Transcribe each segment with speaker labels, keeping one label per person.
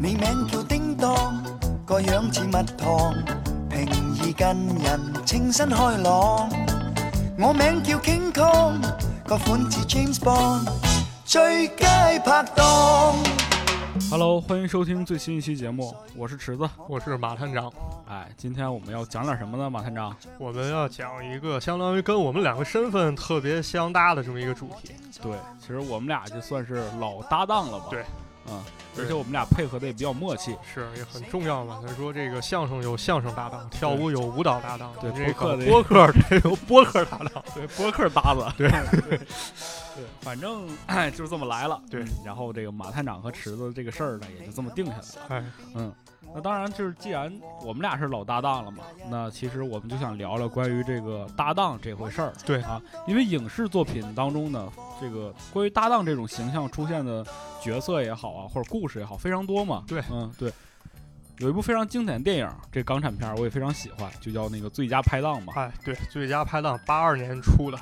Speaker 1: 名叫叮當，個樣似蜜糖，平易近人，清新開朗。我名叫 King Kong，個款似 James Bond，最佳拍檔。
Speaker 2: Hello，欢迎收听最新一期节目，我是池子。
Speaker 3: 我是马探长，
Speaker 2: 哎，今天我们要讲点什么呢？马探长，
Speaker 3: 我们要讲一个相当于跟我们两个身份特别相搭的这么一个主题。
Speaker 2: 对，其实我们俩就算是老搭档了吧？
Speaker 3: 对，
Speaker 2: 嗯，
Speaker 3: 对
Speaker 2: 而且我们俩配合的也比较默契。
Speaker 3: 是也很重要嘛。他说这个相声有相声搭档，跳舞有舞蹈搭档，
Speaker 2: 对播
Speaker 3: 这
Speaker 2: 客
Speaker 3: 个
Speaker 2: 的
Speaker 3: 播客得 有播客搭 档。
Speaker 2: 对，播客搭子，
Speaker 3: 对
Speaker 2: 对，反正哎，就这么来了。
Speaker 3: 对
Speaker 2: 嗯，然后这个马探长和池子这个事儿呢，也就这么定下来了。
Speaker 3: 哎，
Speaker 2: 嗯，那当然就是既然我们俩是老搭档了嘛，那其实我们就想聊聊关于这个搭档这回事儿。
Speaker 3: 对
Speaker 2: 啊，因为影视作品当中呢，这个关于搭档这种形象出现的角色也好啊，或者故事也好，非常多嘛。
Speaker 3: 对
Speaker 2: 嗯，对。有一部非常经典的电影，这港产片儿我也非常喜欢，就叫那个《最佳拍档》嘛。
Speaker 3: 哎，对，最佳拍档八二年出的，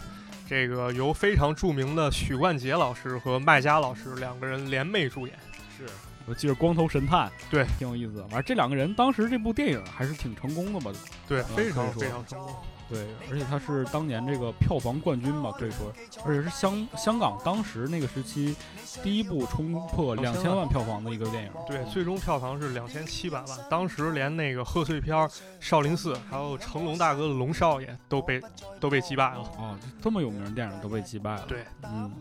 Speaker 3: 这个由非常著名的许冠杰老师和麦嘉老师两个人联袂主演。
Speaker 2: 是，我记得《光头神探》
Speaker 3: 对，
Speaker 2: 挺有意思的。反正这两个人当时这部电影还是挺成功的吧，
Speaker 3: 对，
Speaker 2: 嗯
Speaker 3: 非常
Speaker 2: 可以说
Speaker 3: 非常成功。
Speaker 2: 对，而且他是当年这个票房冠军吧，可以说，而且是香香港当时那个时期第一部冲破两千万票房的一个电影。
Speaker 3: 对，最终票房是两千七百万，当时连那个贺岁片儿《少林寺》还有成龙大哥的《龙少爷》都被都被击败了。
Speaker 2: 哦，就这么有名的电影都被击败了。
Speaker 3: 对，
Speaker 2: 嗯，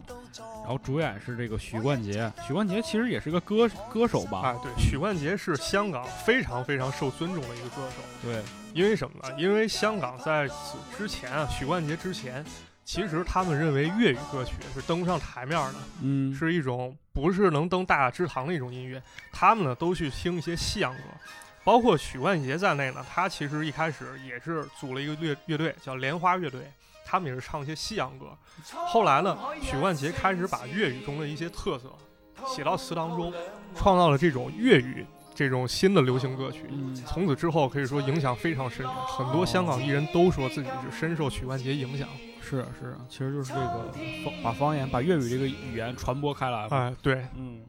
Speaker 2: 然后主演是这个许冠杰，许冠杰其实也是个歌歌手吧？
Speaker 3: 啊，对，许冠杰是香港非常非常受尊重的一个歌手，
Speaker 2: 对，
Speaker 3: 因为什么呢？因为香港在此之前啊，许冠杰之前，其实他们认为粤语歌曲是登不上台面儿的，
Speaker 2: 嗯，
Speaker 3: 是一种不是能登大雅之堂的一种音乐。他们呢都去听一些西洋歌，包括许冠杰在内呢，他其实一开始也是组了一个乐乐队叫莲花乐队，他们也是唱一些西洋歌。后来呢，许冠杰开始把粤语中的一些特色写到词当中，创造了这种粤语这种新的流行歌曲。
Speaker 2: 嗯，
Speaker 3: 从此之后，可以说影响非常深远，很多香港艺人都说自己是深受许冠杰影响。
Speaker 2: 是啊是，其实就是这个方把方言把粤语这个语言传播开来嘛。
Speaker 3: 哎，对，
Speaker 2: 嗯，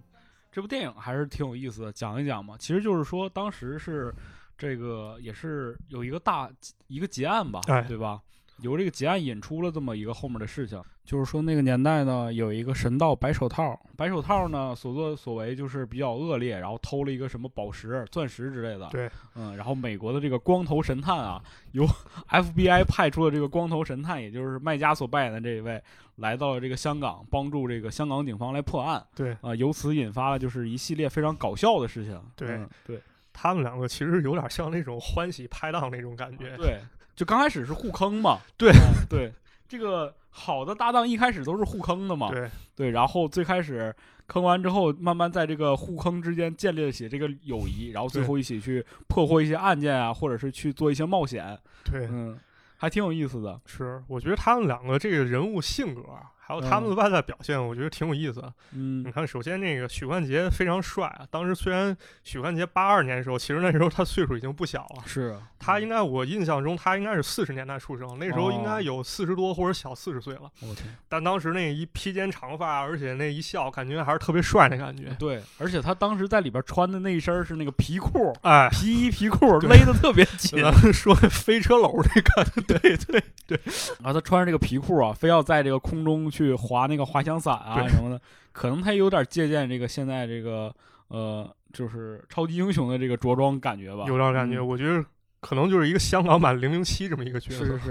Speaker 2: 这部电影还是挺有意思的，讲一讲嘛。其实就是说，当时是这个也是有一个大一个结案吧，
Speaker 3: 哎
Speaker 2: 对吧？由这个结案引出了这么一个后面的事情，就是说那个年代呢，有一个神盗白手套，白手套呢所作所为就是比较恶劣，然后偷了一个什么宝石、钻石之类的。
Speaker 3: 对，
Speaker 2: 嗯，然后美国的这个光头神探啊，由 FBI 派出的这个光头神探，也就是麦加所扮演的这一位，来到了这个香港，帮助这个香港警方来破案。
Speaker 3: 对
Speaker 2: 啊、由此引发了就是一系列非常搞笑的事情。
Speaker 3: 对
Speaker 2: 嗯对
Speaker 3: 他们两个其实有点像那种欢喜拍档那种感觉。
Speaker 2: 啊对，就刚开始是互坑嘛。
Speaker 3: 对
Speaker 2: 啊对，这个好的搭档一开始都是互坑的嘛。
Speaker 3: 对，
Speaker 2: 对然后最开始坑完之后，慢慢在这个互坑之间建立起这个友谊，然后最
Speaker 3: 对
Speaker 2: 后一起去破获一些案件啊，或者是去做一些冒险。
Speaker 3: 对，
Speaker 2: 嗯，还挺有意思的。
Speaker 3: 是，我觉得他们两个这个人物性格啊，还有他们的外在表现，我觉得挺有意思的。
Speaker 2: 嗯
Speaker 3: 你，看，首先那个许冠杰非常帅啊，当时虽然许冠杰八二年的时候，其实那时候他岁数已经不小了。
Speaker 2: 是啊
Speaker 3: 他应该，我印象中他应该是四十年代出生，那时候应该有四十多或者小四十岁了。
Speaker 2: 我天。
Speaker 3: 但当时那一披肩长发，而且那一笑，感觉还是特别帅的感觉。
Speaker 2: 对，而且他当时在里边穿的那一身儿是那个皮裤，
Speaker 3: 哎，
Speaker 2: 皮衣皮裤
Speaker 3: 对
Speaker 2: 勒得特 别紧，
Speaker 3: 咱们说飞车篓这感觉，对对
Speaker 2: 然后他穿着这个皮裤啊，非要在这个空中去滑那个滑翔伞啊
Speaker 3: 对
Speaker 2: 什么的，可能他有点借鉴这个现在这个呃，就是超级英雄的这个着装感觉吧，
Speaker 3: 有点感觉。
Speaker 2: 嗯
Speaker 3: 我觉得可能就是一个香港版零零七这么一个角色。
Speaker 2: 是是是。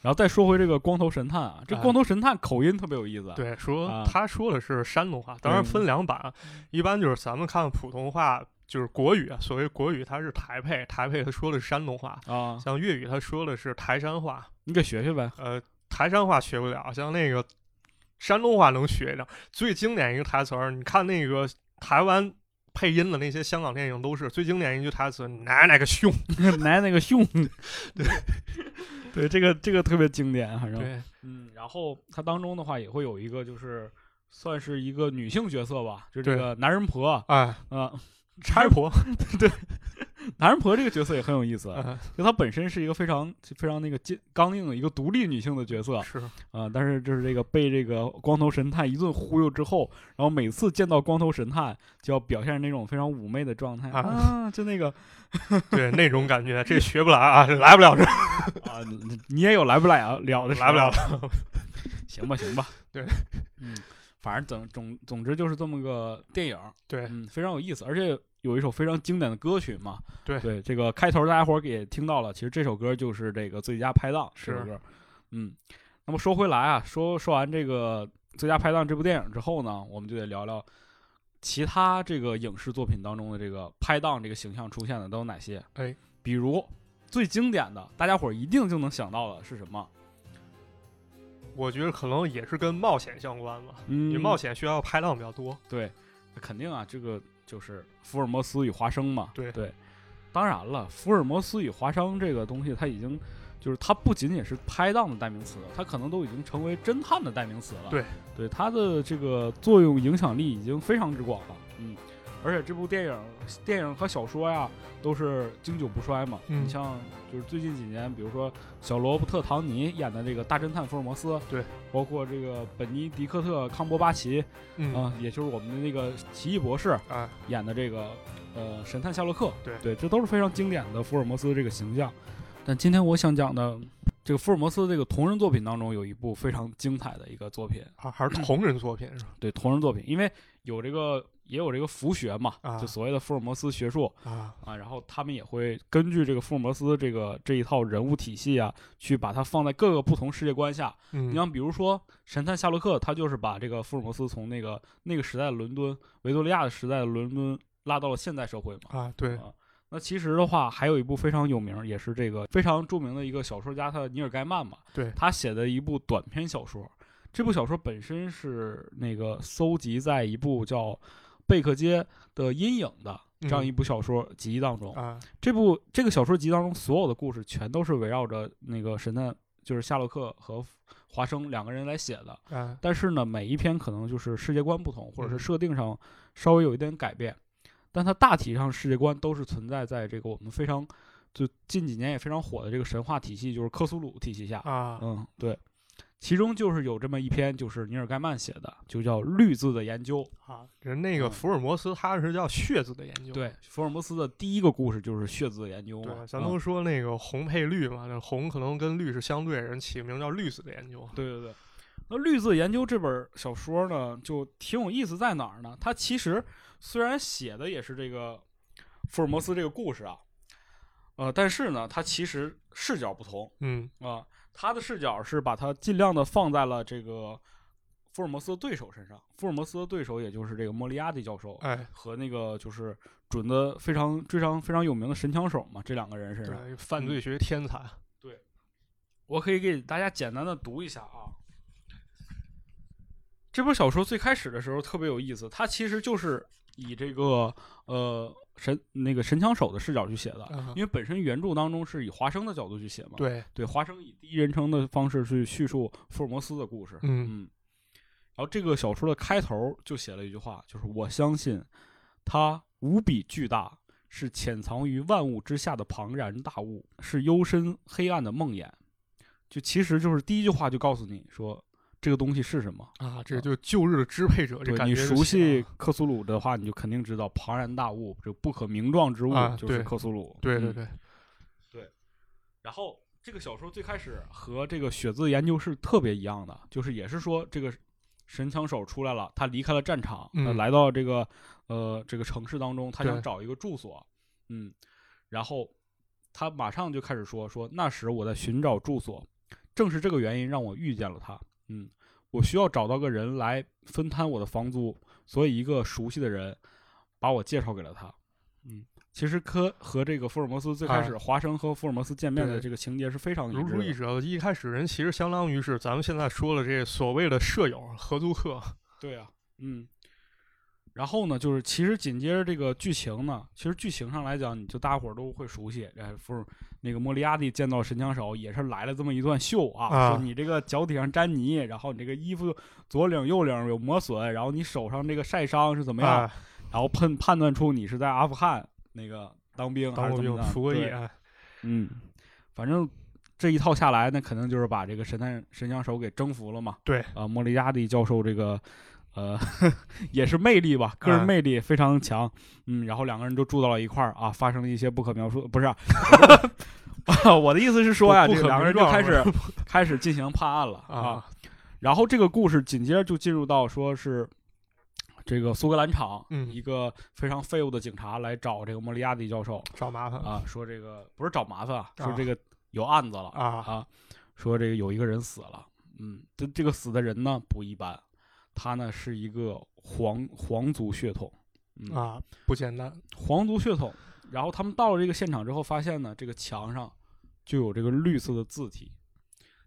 Speaker 2: 然后再说回这个光头神探啊，这
Speaker 3: 哎
Speaker 2: 光头神探口音特别有意思，，
Speaker 3: 对，说、
Speaker 2: 啊
Speaker 3: 他说的是山东话，当然
Speaker 2: 嗯
Speaker 3: 分两版，啊一般就是咱们看普通话，就是国语，啊所谓国语它是台配，台配他说的是山东话，
Speaker 2: 啊，
Speaker 3: 像粤语他说的是台山话，
Speaker 2: 你给学学呗，
Speaker 3: 呃，台山话学不了，像那个山东话能学一点。最经典一个台词儿，你看那个台湾。配音的那些香港电影都是最经典一句台词：“奶奶个凶
Speaker 2: 啊来那个胸， 对对，这个这个特别经典，反！”正
Speaker 3: 对，
Speaker 2: 嗯，然后它当中的话也会有一个就是算是一个女性角色吧，就是这
Speaker 3: 对
Speaker 2: 个男人婆，
Speaker 3: 哎，
Speaker 2: 啊，
Speaker 3: 差婆，
Speaker 2: 呃男人婆这个角色也很有意思啊，
Speaker 3: 嗯
Speaker 2: 就她本身是一个非常非常那个坚刚硬的一个独立女性的角色啊、
Speaker 3: 是
Speaker 2: 但是就是这个被这个光头神探一顿忽悠之后，然后每次见到光头神探就要表现那种非常妩媚的状态
Speaker 3: 啊
Speaker 2: 啊，就那个
Speaker 3: 对那种感觉，这学不来啊，来不了这，
Speaker 2: 啊，你你也有来不来啊了的时候
Speaker 3: 来不了，
Speaker 2: 行吧行吧，
Speaker 3: 对，
Speaker 2: 嗯，反正总总总之就是这么个电影儿，
Speaker 3: 对
Speaker 2: 嗯，非常有意思，而且有一首非常经典的歌曲嘛，
Speaker 3: 对
Speaker 2: 对，这个开头大家伙儿也听到了，其实这首歌就是这个最佳拍档
Speaker 3: 是
Speaker 2: 这首歌，嗯，那么说回来啊，说说完这个最佳拍档这部电影之后呢，我们就得聊聊。其他这个影视作品当中的这个拍档这个形象出现的都有哪些？
Speaker 3: 哎，
Speaker 2: 比如最经典的，大家伙儿一定就能想到的是什么？
Speaker 3: 我觉得可能也是跟冒险相关吧，因为
Speaker 2: 嗯，
Speaker 3: 冒险需要拍档比较多，
Speaker 2: 对，那肯定啊，这个就是福尔摩斯与华生嘛。
Speaker 3: 对
Speaker 2: 当然了，福尔摩斯与华生这个东西，它已经就是它不仅仅是拍档的代名词，它可能都已经成为侦探的代名词了。
Speaker 3: 对，
Speaker 2: 对，它的这个作用影响力已经非常之广了。嗯，而且这部电影、电影和小说呀，都是经久不衰嘛。
Speaker 3: 嗯
Speaker 2: 你像就是最近几年，比如说小罗伯特·唐尼演的这个大侦探福尔摩斯，
Speaker 3: 对，
Speaker 2: 包括这个本尼迪克特·康伯巴奇，
Speaker 3: 嗯
Speaker 2: 啊，也就是我们的那个奇异博士
Speaker 3: 啊，
Speaker 2: 演的这个呃神探夏洛克，
Speaker 3: 对
Speaker 2: 这都是非常经典的福尔摩斯这个形象。但今天我想讲的这个福尔摩斯这个同人作品当中，有一部非常精彩的一个作品，
Speaker 3: 还还是同人作品是吧？
Speaker 2: 对同人作品，因为有这个也有这个福学嘛，
Speaker 3: 啊
Speaker 2: 就所谓的福尔摩斯学术
Speaker 3: 啊，
Speaker 2: 啊，然后他们也会根据这个福尔摩斯这个这一套人物体系啊，去把它放在各个不同世界观下，你
Speaker 3: 嗯
Speaker 2: 像比如说《神探夏洛克》，他就是把这个福尔摩斯从那个那个时代的伦敦、维多利亚的时代的伦敦拉到了现代社会嘛。
Speaker 3: 啊，对，
Speaker 2: 那其实的话，还有一部非常有名，也是这个非常著名的一个小说家，他尼尔盖曼嘛，
Speaker 3: 对
Speaker 2: 他写的一部短篇小说。这部小说本身是那个搜集在一部叫《贝克街的阴影》的这样一部小说集当中。
Speaker 3: 嗯啊，
Speaker 2: 这部这个小说集当中所有的故事全都是围绕着那个神探，就是夏洛克和华生两个人来写的。
Speaker 3: 啊，
Speaker 2: 但是呢，每一篇可能就是世界观不同，或者是
Speaker 3: 嗯
Speaker 2: 设定上稍微有一点改变，但它大体上世界观都是存在在这个我们非常就近几年也非常火的这个神话体系，就是克苏鲁体系下。
Speaker 3: 啊，
Speaker 2: 嗯，对。其中就是有这么一篇，就是尼尔盖曼写的，就叫《绿字的研究》。
Speaker 3: 啊，人那个
Speaker 2: 嗯
Speaker 3: 福尔摩斯他是叫血字的研究，
Speaker 2: 对，福尔摩斯的第一个故事就是血字的研究嘛
Speaker 3: 对，。咱
Speaker 2: 嗯
Speaker 3: 都说那个红配绿嘛，那红可能跟绿是相对，人起个名叫绿色的研究。
Speaker 2: 对对对。那《绿字研究》这本小说呢，就挺有意思，在哪儿呢？它其实虽然写的也是这个福尔摩斯这个故事啊，呃，但是呢，它其实视角不同
Speaker 3: 嗯
Speaker 2: 啊、他的视角是把它尽量的放在了这个福尔摩斯的对手身上。福尔摩斯的对手也就是这个莫利亚蒂教授
Speaker 3: 哎，
Speaker 2: 和那个就是准的非常非常非常有名的神枪手嘛，这两个人身上。
Speaker 3: 对，啊嗯犯罪学天才。
Speaker 2: 我可以给大家简单的读一下啊。这本小说最开始的时候特别有意思，它其实就是以这个呃神那个神枪手的视角去写的，
Speaker 3: 啊
Speaker 2: 因为本身原著当中是以华生的角度去写嘛。
Speaker 3: 对，
Speaker 2: 对，华生以第一人称的方式去叙述福尔摩斯的故事。
Speaker 3: 嗯
Speaker 2: 嗯，然后这个小说的开头就写了一句话，就是我相信它无比巨大，是潜藏于万物之下的庞然大物，是幽深黑暗的梦魇。就其实就是第一句话就告诉你说这个东西是什么。
Speaker 3: 啊，这就旧日的支配者，这
Speaker 2: 对
Speaker 3: 感
Speaker 2: 你
Speaker 3: 觉就啊
Speaker 2: 熟
Speaker 3: 起
Speaker 2: 悉
Speaker 3: 了。
Speaker 2: 克苏鲁的话，你就肯定知道庞然大物，这不可名状之物
Speaker 3: 啊
Speaker 2: 就是
Speaker 3: 对
Speaker 2: 克苏鲁。
Speaker 3: 对
Speaker 2: 嗯
Speaker 3: 对对，
Speaker 2: 然后这个小说最开始和这个血字研究是特别一样的，就是也是说这个神枪手出来了，他离开了战场，
Speaker 3: 嗯
Speaker 2: 呃来到这个呃这个城市当中，他想
Speaker 3: 对
Speaker 2: 找一个住所，嗯，然后他马上就开始说说那时我在寻找住所，正是这个原因让我遇见了他，嗯，我需要找到个人来分摊我的房租，所以一个熟悉的人把我介绍给了他，嗯。其实科和这个福尔摩斯最开始
Speaker 3: 啊
Speaker 2: 华生和福尔摩斯见面的
Speaker 3: 对
Speaker 2: 这个情节是非嗯常一
Speaker 3: 如
Speaker 2: 致
Speaker 3: 出
Speaker 2: 的
Speaker 3: 一辙。一开始人其实相当于是咱们现在说的这所谓的舍友、合租客。
Speaker 2: 对啊，嗯。然后呢，就是其实紧接着这个剧情呢，其实剧情上来讲，你就大家伙儿都会熟悉。哎，福尔那个莫利亚蒂见到神枪手也是来了这么一段秀啊，
Speaker 3: 啊
Speaker 2: 说你这个脚底上沾泥，然后你这个衣服左领右领有磨损，然后你手上这个晒伤是怎么样，
Speaker 3: 啊，
Speaker 2: 然后判判断出你是在阿富汗那个当兵还
Speaker 3: 当
Speaker 2: 是
Speaker 3: 过
Speaker 2: 怎么
Speaker 3: 兵，
Speaker 2: 着
Speaker 3: 服过役
Speaker 2: 对，
Speaker 3: 哎
Speaker 2: 嗯，反正这一套下来，那肯定就是把这个神探神枪手给征服了嘛。
Speaker 3: 对
Speaker 2: 啊、莫里亚蒂教授这个，呃， 也是魅力吧，个人
Speaker 3: 哎
Speaker 2: 魅力非常强。嗯，然后两个人就住到了一块儿啊，发生了一些不可描述，不是 啊、我的意思是说呀，
Speaker 3: 不
Speaker 2: 这个
Speaker 3: 不可
Speaker 2: 两个人就
Speaker 3: 名状
Speaker 2: 开始开始进行判案了
Speaker 3: 啊，
Speaker 2: 然后这个故事紧接着就进入到说是这个苏格兰场，
Speaker 3: 嗯
Speaker 2: 一个非常废物的警察来找这个莫里亚蒂教授
Speaker 3: 找麻烦
Speaker 2: 啊，说这个不是找麻烦啊，
Speaker 3: 啊
Speaker 2: 说这个有案子了
Speaker 3: 啊
Speaker 2: 说这个有一个人死了，嗯，这这个死的人呢不一般，他呢是一个皇皇族血统，嗯，
Speaker 3: 啊，不简单
Speaker 2: 皇族血统。然后他们到了这个现场之后，发现呢，这个墙上就有这个绿色的字体。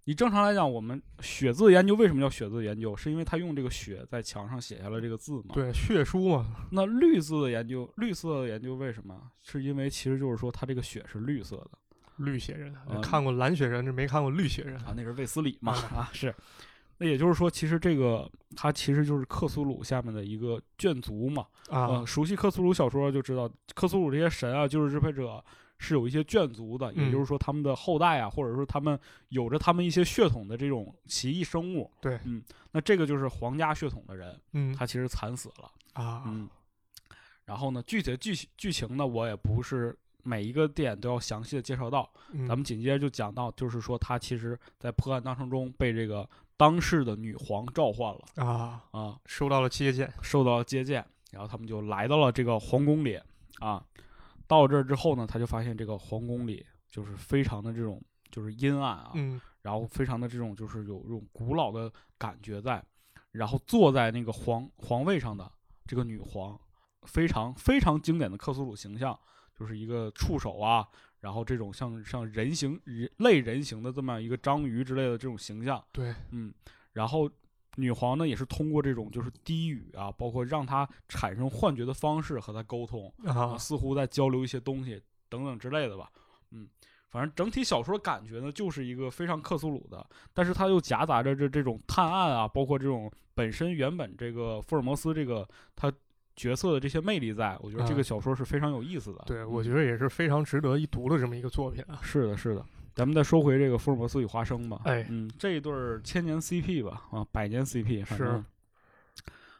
Speaker 2: 你正常来讲，我们血字研究为什么叫血字研究？是因为他用这个血在墙上写下了这个字嘛？。
Speaker 3: 对，血书嘛，
Speaker 2: 那绿字的研究，绿色的研究为什么？是因为其实就是说它这个血是绿色的
Speaker 3: 绿血人
Speaker 2: 啊
Speaker 3: 看过蓝血人，这没看过绿血人
Speaker 2: 啊，那是卫斯理嘛啊是。那也就是说，其实这个它其实就是克苏鲁下面的一个眷族嘛。
Speaker 3: 啊
Speaker 2: 呃，熟悉克苏鲁小说就知道，克苏鲁这些神啊，就是支配者是有一些眷族的，也
Speaker 3: 嗯
Speaker 2: 就是说他们的后代啊，或者说他们有着他们一些血统的这种奇异生物。
Speaker 3: 对
Speaker 2: 嗯，那这个就是皇家血统的人，
Speaker 3: 嗯
Speaker 2: 他其实惨死了。
Speaker 3: 啊
Speaker 2: 嗯，然后呢，具体的剧剧情呢，我也不是。每一个点都要详细的介绍到，
Speaker 3: 嗯
Speaker 2: 咱们紧接着就讲到，就是说他其实，在破案当程中被这个当世的女皇召唤了
Speaker 3: 啊
Speaker 2: 啊，
Speaker 3: 收到了接见
Speaker 2: 受到了接见，然后他们就来到了这个皇宫里啊。到这儿之后呢，他就发现这个皇宫里就是非常的这种就是阴暗啊，
Speaker 3: 嗯
Speaker 2: 然后非常的这种就是有这种古老的感觉在。然后坐在那个皇皇位上的这个女皇，非常非常经典的克苏鲁形象，就是一个触手啊，然后这种像像人形人类人形的这么样一个章鱼之类的这种形象。
Speaker 3: 对
Speaker 2: 嗯，然后女皇呢也是通过这种就是低语啊，包括让她产生幻觉的方式和她沟通，
Speaker 3: 啊
Speaker 2: 似乎在交流一些东西等等之类的吧。嗯，反正整体小说感觉呢就是一个非常克苏鲁的，但是它又夹杂着这这种探案啊，包括这种本身原本这个福尔摩斯这个他。角色的这些魅力在，我觉得这个
Speaker 3: 嗯
Speaker 2: 小说是非常有意思的。
Speaker 3: 对，
Speaker 2: 嗯
Speaker 3: 我觉得也是非常值得一读的这么一个作品啊。
Speaker 2: 是的，是的。咱们再说回这个福尔摩斯与花生吧。
Speaker 3: 哎
Speaker 2: 嗯，这一对儿千年 CP 吧，啊，百年 CP 反
Speaker 3: 是
Speaker 2: 正，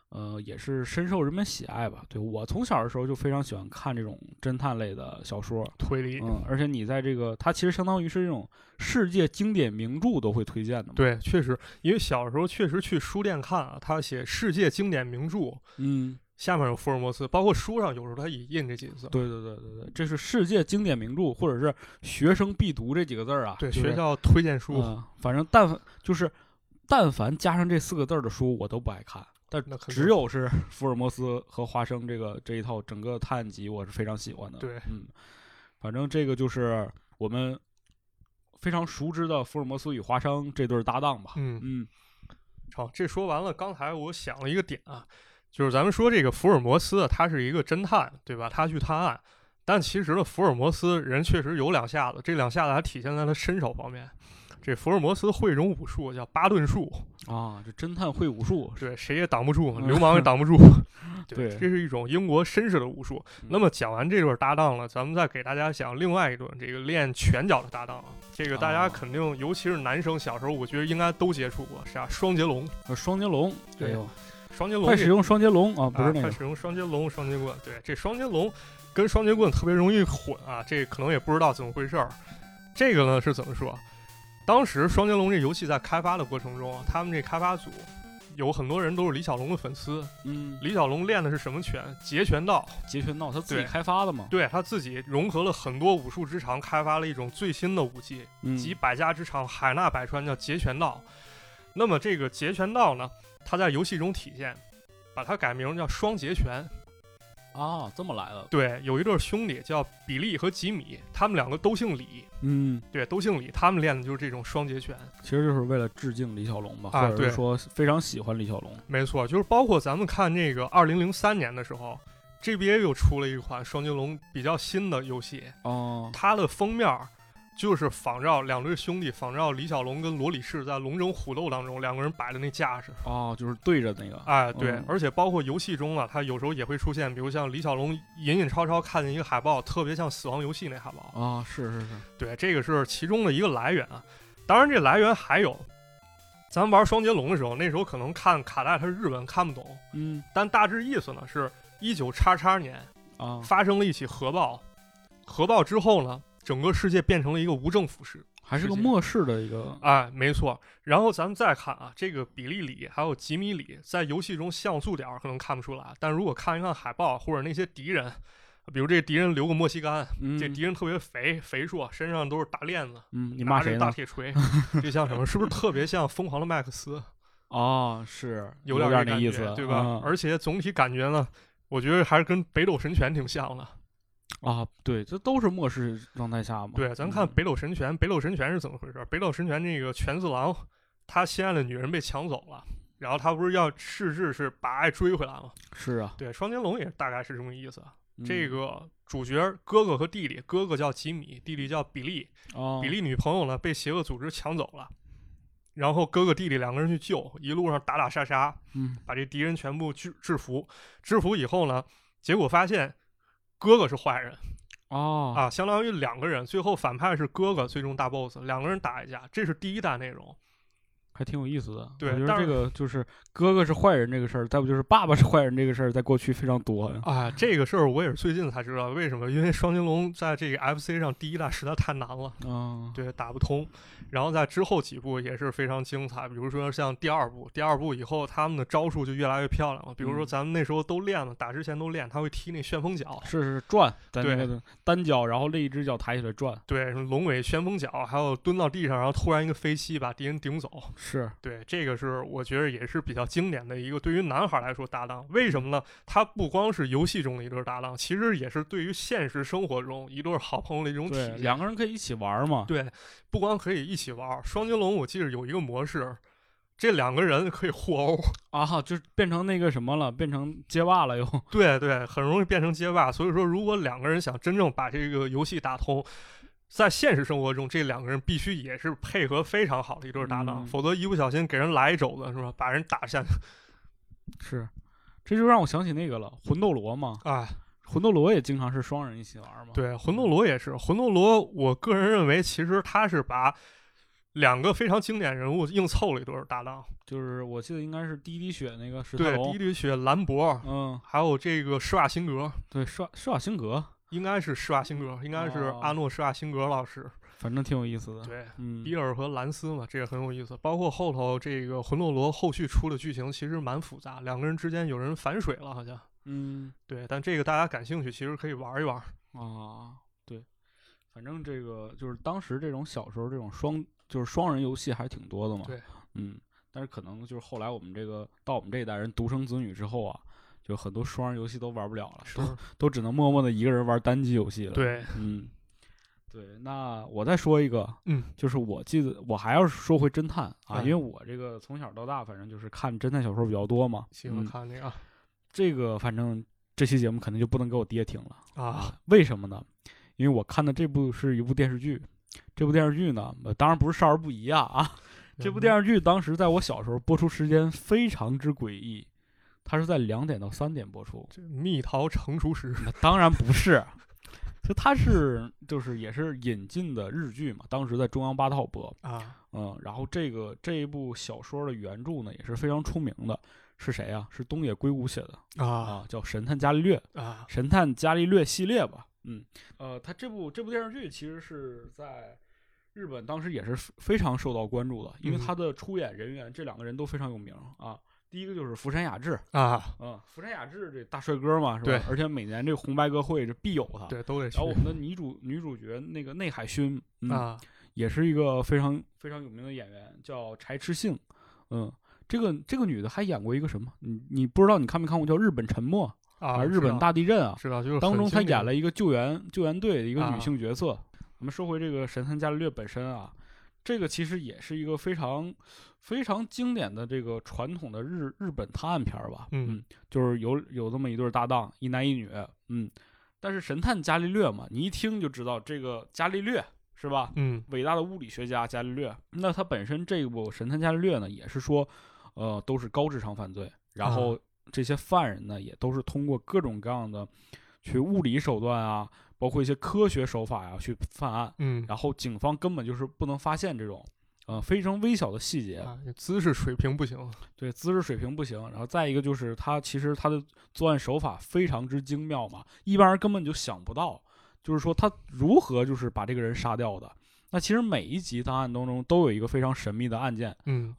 Speaker 2: 呃，也是深受人们喜爱吧。对我从小的时候就非常喜欢看这种侦探类的小说，
Speaker 3: 推理、
Speaker 2: 嗯，而且你在这个它其实相当于是这种世界经典名著都会推荐的嘛。，
Speaker 3: 对，确实，因为小时候确实去书店看啊，他写世界经典名著，
Speaker 2: 嗯，
Speaker 3: 下面有福尔摩斯，包括书上有时候他也印这几个字。
Speaker 2: 对对对对对，这是世界经典名著，或者是学生必读这几个字儿啊。
Speaker 3: 对，
Speaker 2: 就是
Speaker 3: 学校推荐书、
Speaker 2: 嗯，反正但凡就是但凡加上这四个字儿的书，我都不爱看。但
Speaker 3: 那肯定
Speaker 2: 只有是福尔摩斯和花生这个这一套整个探案集，我是非常喜欢的。
Speaker 3: 对，
Speaker 2: 嗯，反正这个就是我们非常熟知的福尔摩斯与花生这对儿搭档吧。
Speaker 3: 嗯，
Speaker 2: 嗯
Speaker 3: 好，这说完了。刚才我想了一个点啊，就是咱们说这个福尔摩斯啊，他是一个侦探，对吧？他去探案，但其实呢，福尔摩斯人确实有两下子，这两下子还体现在他身手方面。这福尔摩斯会一种武术叫巴顿术，
Speaker 2: 啊，这侦探会武术
Speaker 3: 对，谁也挡不住嘛，
Speaker 2: 嗯
Speaker 3: 流氓也挡 不住。
Speaker 2: 对
Speaker 3: 这是一种英国绅士的武术。
Speaker 2: 嗯
Speaker 3: 那么讲完这对搭档了，咱们再给大家讲另外一对这个练拳脚的搭档啊。这个大
Speaker 2: 啊
Speaker 3: 家肯定，尤其是男生，小时候我觉得应该都接触过，是啊，双截龙，
Speaker 2: 呃双截龙，哎
Speaker 3: 对
Speaker 2: 呦，
Speaker 3: 双截龙
Speaker 2: 快
Speaker 3: 这
Speaker 2: 使用双截龙啊，不
Speaker 3: 啊，
Speaker 2: 是那
Speaker 3: 它
Speaker 2: 个，
Speaker 3: 使用双截龙、双截棍。对，这双截龙跟双截棍特别容易混啊，这可能也不知道怎么回事儿。这个呢是怎么说？当时双截龙这游戏在开发的过程中啊，他们这开发组有很多人都是李小龙的粉丝。
Speaker 2: 嗯，
Speaker 3: 李小龙练的是什么拳？截拳道。
Speaker 2: 截拳道他自己
Speaker 3: 对
Speaker 2: 开发的嘛，
Speaker 3: 对他自己融合了很多武术之长，开发了一种最新的武技，
Speaker 2: 嗯，
Speaker 3: 集百家之长，海纳百川，叫截拳道。那么这个截拳道呢，它在游戏中体现，把它改名叫双截拳。
Speaker 2: 啊，这么来的，
Speaker 3: 对，有一对兄弟叫比利和吉米，他们两个都姓李，
Speaker 2: 嗯，
Speaker 3: 对，都姓李，他们练的就是这种双截拳。
Speaker 2: 其实就是为了致敬李小龙吧，
Speaker 3: 啊
Speaker 2: 或者
Speaker 3: 对
Speaker 2: 是说非常喜欢李小龙。
Speaker 3: 没错，就是包括咱们看那个二零零三年的时候，GBA 又出了一款双截龙比较新的游戏，
Speaker 2: 哦，
Speaker 3: 它的封面儿就是仿照两对兄弟，仿照李小龙跟罗李氏在龙争虎斗当中两个人摆的那架势。
Speaker 2: 哦，就是对着那个，
Speaker 3: 哎，对，
Speaker 2: 嗯
Speaker 3: 而且包括游戏中啊，它有时候也会出现，比如像李小龙隐隐绰绰看见一个海报，特别像《死亡游戏》那海报。
Speaker 2: 啊，是是是，
Speaker 3: 对，这个是其中的一个来源啊。当然，这来源还有，咱们玩双截龙的时候，那时候可能看卡带它是日文看不懂，
Speaker 2: 嗯
Speaker 3: 但大致意思呢是，一九叉叉年
Speaker 2: 啊，
Speaker 3: 发生了一起核爆，核爆之后呢，整个世界变成了一个无政府式。
Speaker 2: 还是个
Speaker 3: 世界
Speaker 2: 末世的一个，
Speaker 3: 哎，没错。然后咱们再看啊，这个比利里还有吉米里，在游戏中像素点儿可能看不出来，但如果看一看海报或者那些敌人，比如这敌人留个莫西干，
Speaker 2: 嗯，
Speaker 3: 这敌人特别肥肥硕，身上都是大链子，
Speaker 2: 嗯，你
Speaker 3: 拿
Speaker 2: 骂
Speaker 3: 着
Speaker 2: 谁
Speaker 3: 大
Speaker 2: 呢？
Speaker 3: 铁 锤，这像什么？是不是特别像《疯狂的麦克斯》？
Speaker 2: 哦，是
Speaker 3: 有
Speaker 2: 点
Speaker 3: 点
Speaker 2: 儿
Speaker 3: 儿
Speaker 2: 那
Speaker 3: 这
Speaker 2: 意
Speaker 3: 感觉
Speaker 2: 思，
Speaker 3: 对吧？
Speaker 2: 嗯
Speaker 3: 而且总体感觉呢，我觉得还是跟北斗神拳挺像的。
Speaker 2: 啊，对，这都是末世状态下嘛。
Speaker 3: 对，啊咱看
Speaker 2: 嗯
Speaker 3: 北斗神拳，北斗神拳是怎么回事？北斗神拳这个权四郎，他心爱的女人被抢走了，然后他不是要试制是把爱追回来吗？
Speaker 2: 是啊，
Speaker 3: 对，双截龙也大概是这么个意思。啊
Speaker 2: 嗯
Speaker 3: 这个主角哥哥和弟弟，哥哥叫吉米，弟弟叫比利。
Speaker 2: 哦
Speaker 3: 比利女朋友呢被邪恶组织抢走了，然后哥哥弟弟两个人去救，一路上打打杀杀，
Speaker 2: 嗯
Speaker 3: 把这敌人全部制制服。制服以后呢，结果发现哥哥是坏人。
Speaker 2: 哦
Speaker 3: 啊，相当于两个人，最后反派是哥哥，最终大 boss，两个人打一架，这是第一代内容。
Speaker 2: 还挺有意思的。
Speaker 3: 对
Speaker 2: 我觉得
Speaker 3: 但
Speaker 2: 这
Speaker 3: 是
Speaker 2: 个就是哥哥是坏人这个事儿，再不就是爸爸是坏人这个事儿，在过去非常多。
Speaker 3: 啊，这个事儿我也是最近才知道，为什么？因为双截龙在这个 FC 上第一代实在太难了，
Speaker 2: 嗯，
Speaker 3: 对，打不通。然后在之后几部也是非常精彩，比如说像第二部，第二部以后他们的招数就越来越漂亮了。比如说
Speaker 2: 嗯
Speaker 3: 咱们那时候都练了，打之前都练，他会踢那旋风脚，
Speaker 2: 是是转，在那
Speaker 3: 对
Speaker 2: 个单脚，然后另一只脚抬起来转。
Speaker 3: 对，什么龙尾旋风脚，还有蹲到地上，然后突然一个飞膝把敌人顶走。
Speaker 2: 是，
Speaker 3: 对，这个是我觉得也是比较经典的一个对于男孩来说搭档。为什么呢？它不光是游戏中的一对搭档，其实也是对于现实生活中一对好朋友的一种体
Speaker 2: 对，
Speaker 3: 现。
Speaker 2: 两个人可以一起玩儿嘛。
Speaker 3: 对，不光可以一起玩儿双截龙，我记得有一个模式，这两个人可以互殴。
Speaker 2: 啊，就是变成那个什么了，变成街霸 了又。
Speaker 3: 对对，很容易变成街霸。所以说，如果两个人想真正把这个游戏打通，在现实生活中，这两个人必须也是配合非常好的一对搭档，
Speaker 2: 嗯
Speaker 3: 否则一不小心给人来一肘子，是吧？把人打下去，
Speaker 2: 是，这就让我想起那个了，魂斗罗嘛，
Speaker 3: 哎。
Speaker 2: 魂斗罗也经常是双人一起玩儿嘛。，
Speaker 3: 对，魂斗罗也是。魂斗罗，我个人认为，其实他是把两个非常经典人物硬凑了一对儿搭档。
Speaker 2: 就是我记得应该是第一滴血那个史泰
Speaker 3: 对，第一
Speaker 2: 龙。
Speaker 3: 滴血兰博，
Speaker 2: 嗯，
Speaker 3: 还有这个施瓦辛格，
Speaker 2: 对，施瓦施瓦辛格，
Speaker 3: 应该是施瓦辛格，应该是
Speaker 2: 哦
Speaker 3: 阿诺施瓦辛格老师。
Speaker 2: 反正挺有意思的。
Speaker 3: 对，
Speaker 2: 嗯，
Speaker 3: 比尔和兰斯嘛，这个很有意思。包括后头这个魂斗罗后续出的剧情，其实蛮复杂，两个人之间有人反水了，好像。
Speaker 2: 嗯
Speaker 3: 对，但这个大家感兴趣，其实可以玩一玩。
Speaker 2: 啊，对，反正这个就是当时这种小时候这种双就是双人游戏还挺多的嘛。
Speaker 3: 对，
Speaker 2: 嗯，但是可能就是后来我们这个到我们这一代人独生子女之后啊，就很多双人游戏都玩不了了，
Speaker 3: 是
Speaker 2: 都，都只能默默的一个人玩单机游戏了。，
Speaker 3: 对，
Speaker 2: 嗯。对，那我再说一个，
Speaker 3: 嗯，
Speaker 2: 就是我记得我还要说回侦探啊，
Speaker 3: 哎
Speaker 2: 因为我这个从小到大反正就是看侦探小说比较多嘛，
Speaker 3: 喜欢
Speaker 2: 嗯
Speaker 3: 看那个、啊
Speaker 2: 这个反正这期节目肯定就不能给我爹听了
Speaker 3: 啊，
Speaker 2: 为什么呢？因为我看的这部是一部电视剧，这部电视剧呢，呃当然不是少儿不宜啊啊，这部
Speaker 3: 视。。
Speaker 2: 电视剧当时在我小时候播出时间非常之诡异，它是在两点到三点播出
Speaker 3: 这蜜桃成熟时，
Speaker 2: 那当然不是，就它是就是也是引进的日剧嘛，当时在中央八套播，
Speaker 3: 啊，
Speaker 2: 嗯，然后这个这一部小说的原著呢也是非常出名的，是谁啊？是东野圭吾写的
Speaker 3: 啊
Speaker 2: 啊，叫《神探伽利略》。
Speaker 3: 啊，
Speaker 2: 神探伽利略系列吧。嗯，呃，他这部这部电视剧其实是在日本当时也是非非常受到关注的，因为
Speaker 3: 嗯
Speaker 2: 他的出演人员、这两个人都非常有名啊。第一个就是福山雅治，
Speaker 3: 啊，
Speaker 2: 嗯，福山雅治这大帅哥嘛，是吧？
Speaker 3: 对
Speaker 2: 而且每年这个红白歌会这必有他。。
Speaker 3: 对，都得去
Speaker 2: 然后我们的女主 女主角那个内海薰，嗯，
Speaker 3: 啊，
Speaker 2: 也是一个非常非常有名的演员，叫柴智杏，嗯。这个这个女的还演过一个什么？你你不知道？你看没看过叫《日本沉没》
Speaker 3: 啊，
Speaker 2: 还是日本大地震啊？
Speaker 3: 知道，知道就是
Speaker 2: 当
Speaker 3: 很
Speaker 2: 中她
Speaker 3: 经典
Speaker 2: 演了一个救援救援队的一个
Speaker 3: 啊
Speaker 2: 女性角色。我们说回这个神探伽利略本身啊，这个其实也是一个非常非常经典的这个传统的日日本探案片儿吧。
Speaker 3: 嗯
Speaker 2: 就是有有这么一对儿搭档，一男一女。嗯，但是神探伽利略嘛，你一听就知道这个伽利略是吧？
Speaker 3: 嗯
Speaker 2: 伟大的物理学家伽利略，那他本身这部《神探伽利略》呢，也是说，呃，都是高智商犯罪，然后这些犯人呢，也都是通过各种各样的去物理手段啊，包括一些科学手法呀、去犯案，
Speaker 3: 嗯，
Speaker 2: 然后警方根本就是不能发现这种，呃，非常微小的细节，
Speaker 3: 啊，姿势水平不行，
Speaker 2: 对，姿势水平不行，然后再一个就是他其实他的作案手法非常之精妙嘛，一般人根本就想不到，就是说他如何就是把这个人杀掉的。那其实每一集档案当中都有一个非常神秘的案件，
Speaker 3: 嗯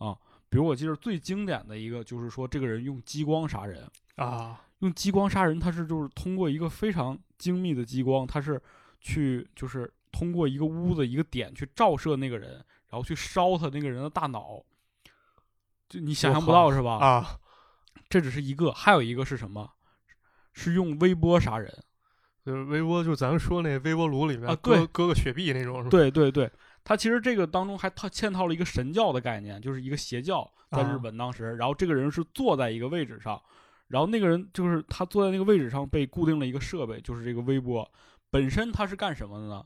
Speaker 2: 比如我记得最经典的一个就是说这个人用激光杀人，
Speaker 3: 啊，
Speaker 2: 用激光杀人，他是就是通过一个非常精密的激光，他是去就是通过一个屋子一个点去照射那个人，然后去烧他那个人的大脑，就你想象不到是吧？
Speaker 3: 啊，
Speaker 2: 这只是一个，还有一个是什么？是用微波杀人。
Speaker 3: 就是微波，就咱们说那微波炉里面
Speaker 2: 啊
Speaker 3: 搁
Speaker 2: 对
Speaker 3: 搁个雪碧那种，是吧？
Speaker 2: 对对对，它其实这个当中还套嵌套了一个神教的概念，就是一个邪教，在
Speaker 3: 啊
Speaker 2: 日本当时，然后这个人是坐在一个位置上，然后那个人就是他坐在那个位置上被固定了一个设备，就是这个微波。本身他是干什么的呢？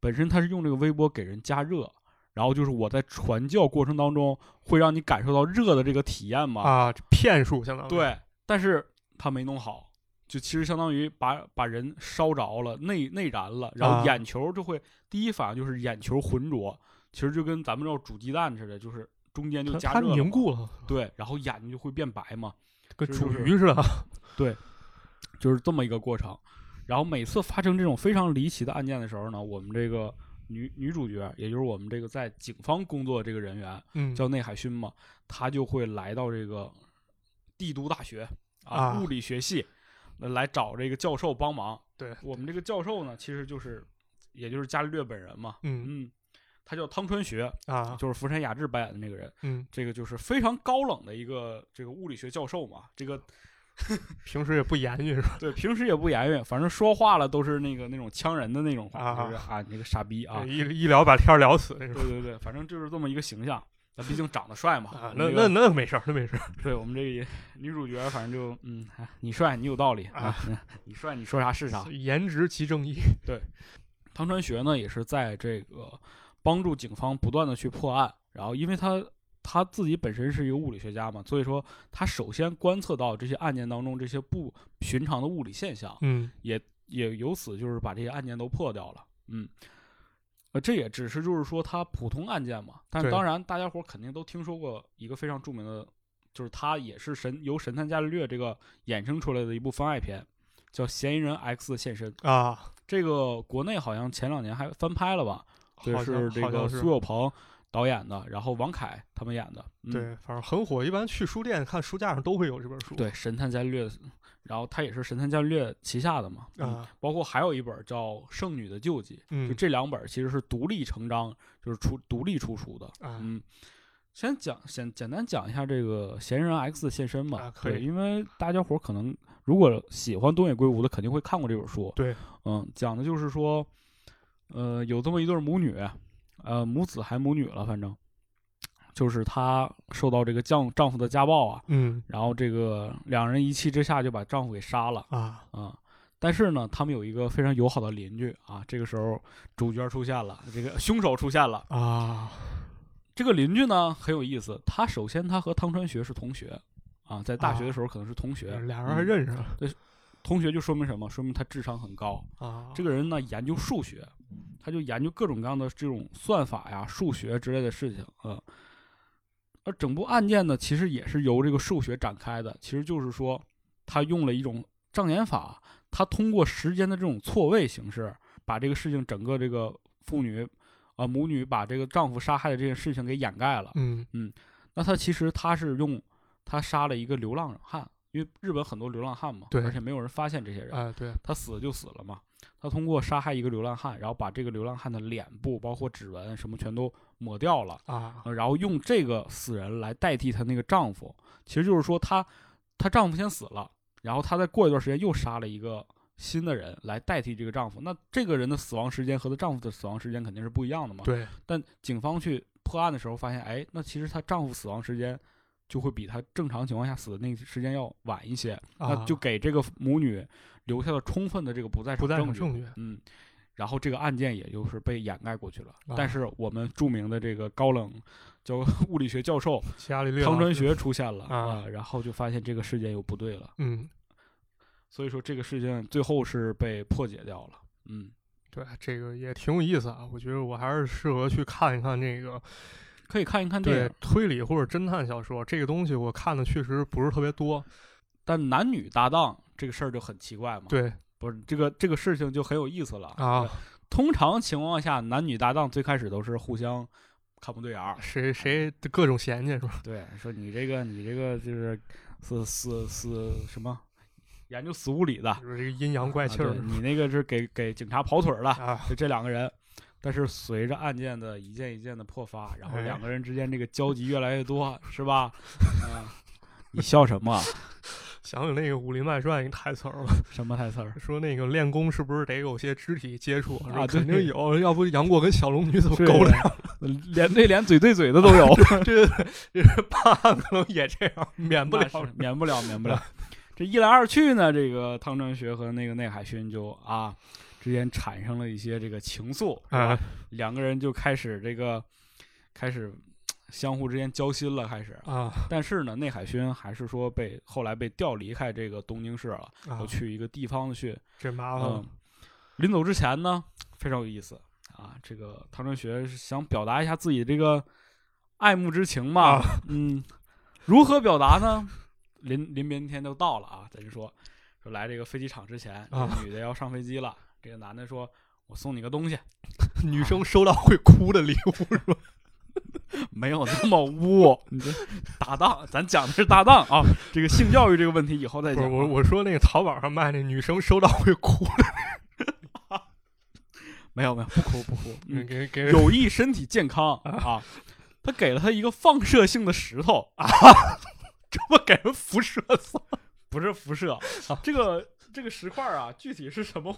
Speaker 2: 本身他是用这个微波给人加热，然后就是我在传教过程当中会让你感受到热的这个体验嘛。
Speaker 3: 啊，这骗术相当于，
Speaker 2: 对，但是他没弄好，就其实相当于把把人烧着了，内内燃了，然
Speaker 3: 啊
Speaker 2: 后眼球就会、第一反应就是眼球浑浊，其实就跟咱们这煮鸡蛋似的，就是中间就
Speaker 3: 它，
Speaker 2: 加
Speaker 3: 它
Speaker 2: 热了
Speaker 3: 凝
Speaker 2: 嘛，
Speaker 3: 固了，
Speaker 2: 对，然后眼睛就会变白嘛，
Speaker 3: 跟
Speaker 2: 就
Speaker 3: 煮
Speaker 2: 是
Speaker 3: 鱼似的。
Speaker 2: 就是这么一个过程。然后每次发生这种非常离奇的案件的时候呢，我们这个女女主角，也就是我们这个在警方工作的这个人员，
Speaker 3: 嗯，
Speaker 2: 叫内海薰嘛，他就会来到这个帝都大学
Speaker 3: 啊
Speaker 2: 物理学系呃来找这个教授帮忙。
Speaker 3: 对
Speaker 2: 我们这个教授呢，其实就是也就是伽利略本人嘛，
Speaker 3: 嗯
Speaker 2: 嗯，他叫汤川学，
Speaker 3: 啊，
Speaker 2: 就是福山雅治扮演的那个人，
Speaker 3: 嗯，
Speaker 2: 这个就是非常高冷的一个这个物理学教授嘛，这个
Speaker 3: 平时也不言语是吧？
Speaker 2: 对平时也不言语，反正说话了都是那个那种呛人的那种话，就是啊你那个傻逼啊，
Speaker 3: 一一聊把天儿聊死那种。
Speaker 2: 对对对，反正就是这么一个形象。那毕竟长得帅嘛，
Speaker 3: 啊
Speaker 2: 我，们
Speaker 3: 那
Speaker 2: 这个
Speaker 3: 那那没事儿，那没事儿。
Speaker 2: 对我们这个也女主角，反正就嗯，哎你帅，你有道理
Speaker 3: 啊
Speaker 2: 啊，嗯你帅，你说啥是啊啥。
Speaker 3: 颜值即正义
Speaker 2: 汤川学呢，也是在这个帮助警方不断的去破案，然后因为他他自己本身是一个物理学家嘛，所以说他首先观测到这些案件当中这些不寻常的物理现象，
Speaker 3: 嗯
Speaker 2: 也也由此就是把这些案件都破掉了，嗯。呃，这也只是就是说他普通案件嘛，但是
Speaker 3: 对
Speaker 2: 当然大家伙儿肯定都听说过一个非常著名的，就是他也是神由神探伽利略这个衍生出来的一部番外篇，叫《嫌疑人 X 的现身》。
Speaker 3: 啊，
Speaker 2: 这个国内好像前两年还翻拍了吧？对，
Speaker 3: 好像
Speaker 2: 这
Speaker 3: 好
Speaker 2: 个
Speaker 3: 像
Speaker 2: 苏有朋导演的，然后王凯他们演的。嗯、
Speaker 3: 对，反正很火。一般去书店看书架上都会有这本书。
Speaker 2: 对，神探伽利略，然后他也是神探伽利略旗下的嘛。嗯，
Speaker 3: 啊，
Speaker 2: 包括还有一本叫《圣女的救济》，
Speaker 3: 嗯
Speaker 2: 就这两本其实是独立成章，就是出独立出书的。
Speaker 3: 啊
Speaker 2: 嗯，先讲先简单讲一下这个嫌疑人 X 的现身吧。
Speaker 3: 啊可以
Speaker 2: 对因为大家伙儿可能如果喜欢东野圭吾的，肯定会看过这本书。
Speaker 3: 对，
Speaker 2: 嗯，讲的就是说，呃，有这么一对儿母女，呃，母子还母女了，反正就是她受到这个丈丈夫的家暴啊，
Speaker 3: 嗯
Speaker 2: 然后这个两人一气之下就把丈夫给杀了。
Speaker 3: 啊，
Speaker 2: 啊。但是呢，他们有一个非常友好的邻居啊。这个时候，主角出现了，这个凶手出现了。
Speaker 3: 啊，
Speaker 2: 这个邻居呢很有意思，他首先他和汤川学是同学啊，在大学的时候可能是同学，
Speaker 3: 俩人还
Speaker 2: 嗯
Speaker 3: 认识了
Speaker 2: 同学就说明什么？说明他智商很高。
Speaker 3: 啊。
Speaker 2: 这个人呢研究数学，他就研究各种各样的这种算法呀、数学之类的事情啊、呃而整部案件呢，其实也是由这个数学展开的，其实就是说，他用了一种障眼法，他通过时间的这种错位形式，把这个事情整个这个妇女啊、呃母女把这个丈夫杀害的这件事情给掩盖了。
Speaker 3: 嗯
Speaker 2: 那他其实他是用他杀了一个流浪汉，因为日本很多流浪汉嘛，
Speaker 3: 对
Speaker 2: 而且没有人发现这些人。
Speaker 3: 啊，对，
Speaker 2: 他死就死了嘛。他通过杀害一个流浪汉，然后把这个流浪汉的脸部，包括指纹什么全都抹掉了，
Speaker 3: 啊
Speaker 2: 呃然后用这个死人来代替她那个丈夫。其实就是说她，她丈夫先死了，然后她再过一段时间又杀了一个新的人来代替这个丈夫。那这个人的死亡时间和她丈夫的死亡时间肯定是不一样的嘛。
Speaker 3: 对
Speaker 2: 但警方去破案的时候发现，哎，那其实她丈夫死亡时间就会比她正常情况下死的那个时间要晚一些。
Speaker 3: 啊，
Speaker 2: 那就给这个母女留下了充分的这个不在场
Speaker 3: 不带
Speaker 2: 证
Speaker 3: 有
Speaker 2: 据。
Speaker 3: 证据
Speaker 2: 嗯，然后这个案件也就是被掩盖过去了。
Speaker 3: 啊
Speaker 2: 但是我们著名的这个高冷教 物理学教授
Speaker 3: 伽利略老
Speaker 2: 汤川
Speaker 3: 师
Speaker 2: 学出现了
Speaker 3: 啊
Speaker 2: 然后就发现这个事件又不对了，
Speaker 3: 嗯，
Speaker 2: 所以说这个事件最后是被破解掉了。嗯，
Speaker 3: 对，这个也挺有意思啊。我觉得我还是适合去看一看这个
Speaker 2: 可以看一看电
Speaker 3: 对
Speaker 2: 影，
Speaker 3: 推理或者侦探小说这个东西，我看的确实不是特别
Speaker 2: 啊
Speaker 3: 多。
Speaker 2: 但男女搭档这个事儿就很奇怪嘛。，
Speaker 3: 对
Speaker 2: 不是这个这个事情就很有意思了
Speaker 3: 啊，
Speaker 2: 通常情况下，男女搭档最开始都是互相看不对眼儿，
Speaker 3: 谁谁各种嫌弃是吧？
Speaker 2: 对，说你这个你这个就是死死死什么，研究死物理的，啊
Speaker 3: 就是这个阴阳怪气
Speaker 2: 对
Speaker 3: 儿
Speaker 2: 你那个是给给警察跑腿儿了，
Speaker 3: 啊，
Speaker 2: 就这两个人。但是随着案件的一件一件的破发，然后
Speaker 3: 哎
Speaker 2: 两个人之间这个交集越来越多，是吧？啊，你笑什么？啊
Speaker 3: 想起那个《武林外传》一台词儿了，
Speaker 2: 什么台词 儿？
Speaker 3: 说那个练功是不是得有些肢体接触
Speaker 2: 啊
Speaker 3: 肯
Speaker 2: 对
Speaker 3: 定有，要不杨过跟小龙女怎么
Speaker 2: 对
Speaker 3: 勾搭？
Speaker 2: 脸对脸、嘴对嘴的都有。
Speaker 3: 这这办案可能也这样，免不了
Speaker 2: 那是免不了，免不了。这一来二去呢，这个汤川学和那个内海勋就啊之间产生了一些这个情愫，是吧
Speaker 3: 啊
Speaker 2: 两个人就开始这个开始相互之间交心了，开始。
Speaker 3: 啊
Speaker 2: 但是呢，内海勋还是说被后来被调离开这个东京市了，
Speaker 3: 啊
Speaker 2: 我！去一个地方去。
Speaker 3: 这麻烦了
Speaker 2: 嗯，临走之前呢，非常有意思啊，这个汤川学是想表达一下自己这个爱慕之情嘛，
Speaker 3: 啊
Speaker 2: 嗯，如何表达呢？临临别那天就到了啊，咱就说说来这个飞机场之前，这
Speaker 3: 啊
Speaker 2: 女的要上飞机了，这个男的说。我送你个东西，嗯
Speaker 3: 女生收到会哭的礼物是 吧？
Speaker 2: 没有那么 污。你这搭档，咱讲的是搭档啊。这个性教育这个问题以后再
Speaker 3: 不是
Speaker 2: 讲。啊
Speaker 3: 我，我说那个淘宝上卖那女生收到会哭的，
Speaker 2: 没有没有，不哭不哭。嗯，
Speaker 3: 给给
Speaker 2: 有益身体健康啊。他给了他一个放射性的石头啊，
Speaker 3: 这不给人辐射死
Speaker 2: 不是辐射，啊 这个这个石块啊，具体是什么？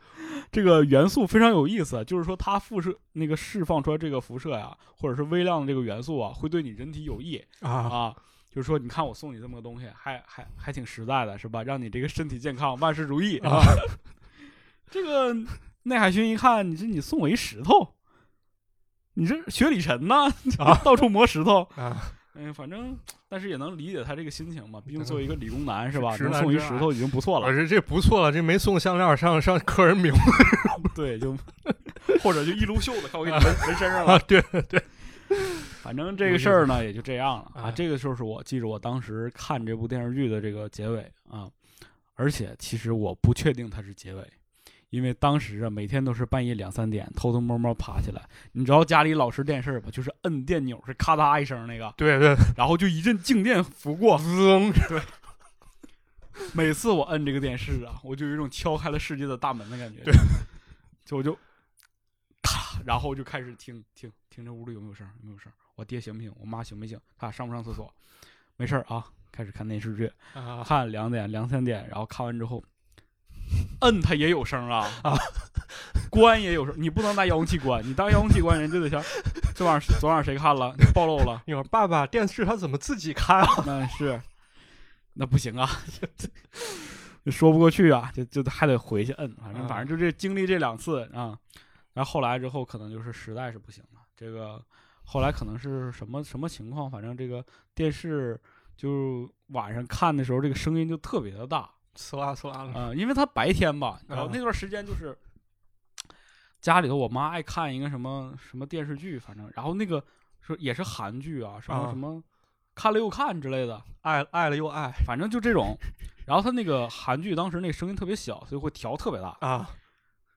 Speaker 2: 这个元素非常有意思，啊就是说它辐射那个释放出来这个辐射呀、或者是微量的这个元素啊，会对你人体有益
Speaker 3: 啊？
Speaker 2: 啊。就是说，你看我送你这么个东西，还还还挺实在的，是吧？让你这个身体健康，万事如意
Speaker 3: 啊！
Speaker 2: 这个内海勋一看，你这你送我一石头，你这学李晨 呢？
Speaker 3: 啊
Speaker 2: 到处磨石头，
Speaker 3: 啊，
Speaker 2: 嗯，反正但是也能理解他这个心情嘛，毕竟作为一个理工男是吧，
Speaker 3: 嗯直
Speaker 2: 能
Speaker 3: 男哎
Speaker 2: 送一
Speaker 3: 之
Speaker 2: 石
Speaker 3: 爱
Speaker 2: 头已经不错
Speaker 3: 我
Speaker 2: 了。
Speaker 3: 这这不错了，这没送项链上上客人名字
Speaker 2: 对， 就或者就一撸袖子，看我给你纹纹身上
Speaker 3: 啊
Speaker 2: 了。，
Speaker 3: 对，
Speaker 2: 反正这个事儿呢，也就这样了啊。
Speaker 3: 哎
Speaker 2: 这个就是我记着我当时看这部电视剧的这个结尾啊，而且其实我不确定它是结尾。因为当时啊，每天都是半夜两三点，偷偷摸摸爬起来。你知道家里老式电视吧？就是摁电钮是咔嗒一声那个，
Speaker 3: 对对，
Speaker 2: 然后就一阵静电拂过，
Speaker 3: 滋，
Speaker 2: 每次我摁这个电视 啊，我就有一种敲开了世界的大门的感觉。
Speaker 3: 对，
Speaker 2: 就我就咔，然后就开始听听听这屋里有没有声儿，有没有声儿，我爹醒不醒，我妈醒没醒，他俩上不上厕所，没事儿啊。开始看电视剧，
Speaker 3: 啊
Speaker 2: 看两点两三点，然后看完之后，摁它也有声儿啊
Speaker 3: 啊，
Speaker 2: 关也有声儿，你不能拿遥控器关，你当遥控器关人就得想，这玩意儿昨晚上谁看了，暴露了。
Speaker 3: 一会儿爸爸电视他怎么自己开啊？
Speaker 2: 那是，那不行啊，这 说不过去啊，就就还得回去摁，反正
Speaker 3: 啊
Speaker 2: 反正就这经历这两次啊，然后后来之后可能就是实在是不行了，这个后来可能是什么什么情况，反正这个电视就晚上看的时候，这个声音就特别的大
Speaker 3: 呲啦呲啦的，
Speaker 2: 啊、因为他白天吧，然后
Speaker 3: 啊
Speaker 2: 那段时间就是。家里头，我妈爱看一个什么什么电视剧，反正然后那个说也是韩剧啊，什么
Speaker 3: 啊
Speaker 2: 什么，看了又看之类的，
Speaker 3: 爱爱了又爱
Speaker 2: 反正就这种。然后他那个韩剧当时那声音特别小，所以会调特别大，
Speaker 3: 啊，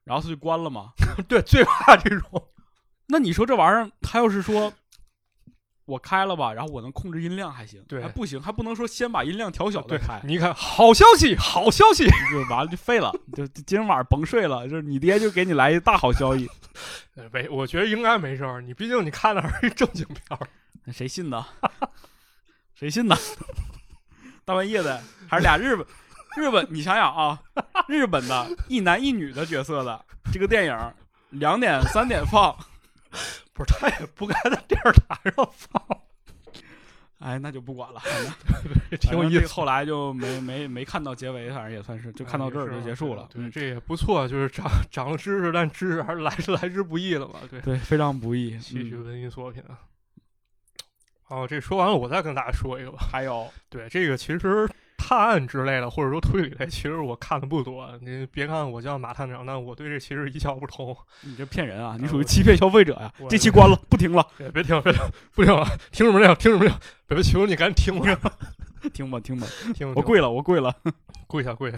Speaker 2: 然后他就关了嘛。
Speaker 3: 对，最怕这种
Speaker 2: 那你说这玩意儿，他要是说我开了吧，然后我能控制音量还行，
Speaker 3: 对
Speaker 2: 还不行，还不能说先把音量调小再
Speaker 3: 对
Speaker 2: 开，
Speaker 3: 你看，好消息，好消息，
Speaker 2: 就完了就废了，就就今儿晚上甭睡了，就是你爹就给你来一大好消息，
Speaker 3: 呃没，我觉得应该没事儿。你毕竟你看的还是一正经片儿，
Speaker 2: 谁信呢？ 谁信呢？大半夜的，还是俩日本，日本，你想想啊，日本的一男一女的角色的这个电影儿，两点三点放。
Speaker 3: 不是他也不该在电视台上放。
Speaker 2: 哎哎，那就不管了，
Speaker 3: 挺有
Speaker 2: 反正
Speaker 3: 意
Speaker 2: 这个
Speaker 3: 思
Speaker 2: 后来就没没没看到结尾，反正也算是就看到这儿就结束了。
Speaker 3: 哎啊对，
Speaker 2: 嗯
Speaker 3: 这也不错，就是长长了知识，但知识还是 来来之不易的吧？对，
Speaker 2: 对，非常不易。
Speaker 3: 吸取
Speaker 2: 嗯
Speaker 3: 文艺作品啊。哦，这说完了，我再跟大家说一个吧。
Speaker 2: 还有，
Speaker 3: 对，这个其实探案之类的，或者说推理类，其实我看的不多。你别看我叫马探长，但我对这其实一窍不通。
Speaker 2: 你这骗人啊！你
Speaker 3: 啊
Speaker 2: 属于
Speaker 3: 我
Speaker 2: 欺骗消费者呀、
Speaker 3: 我
Speaker 2: 这期关了，不听了，
Speaker 3: 对，别听，别听，不听了，听什么呀？听什么呀？北北求你赶紧听吧，
Speaker 2: 听吧听吧，
Speaker 3: 听
Speaker 2: 我
Speaker 3: 听
Speaker 2: 跪了，我 跪了。
Speaker 3: 跪下跪下。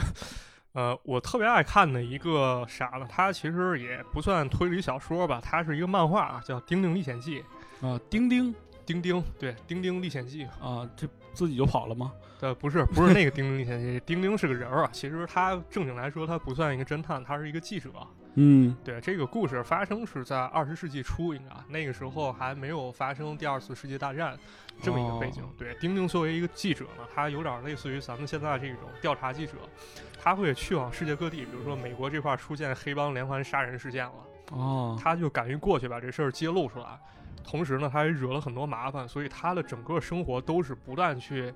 Speaker 3: 呃，我特别爱看的一个啥呢？它其实也不算推理小说吧，它是一个漫画，啊叫《丁丁历险记》。
Speaker 2: 啊，钉钉
Speaker 3: 丁丁，对，《丁丁历险记》
Speaker 2: 啊，这自己就跑了吗？
Speaker 3: 呃，不是，不是那个《丁丁历险记》，丁丁是个人儿啊。其实他正经来说，他不算一个侦探，他是一个记者。
Speaker 2: 嗯
Speaker 3: 对，这个故事发生是在二十世纪初，应该啊那个时
Speaker 2: 嗯
Speaker 3: 候还没有发生第二次世界大战这么一个背景。
Speaker 2: 哦
Speaker 3: 对，丁丁作为一个记者呢，他有点类似于咱们现在这种调查记者，他会去往世界各地，比如说美国这块儿出现黑帮连环杀人事件了，
Speaker 2: 哦，
Speaker 3: 他就敢于过去把这事儿揭露出来。同时呢，他还惹了很多麻烦，所以他的整个生活都是不断去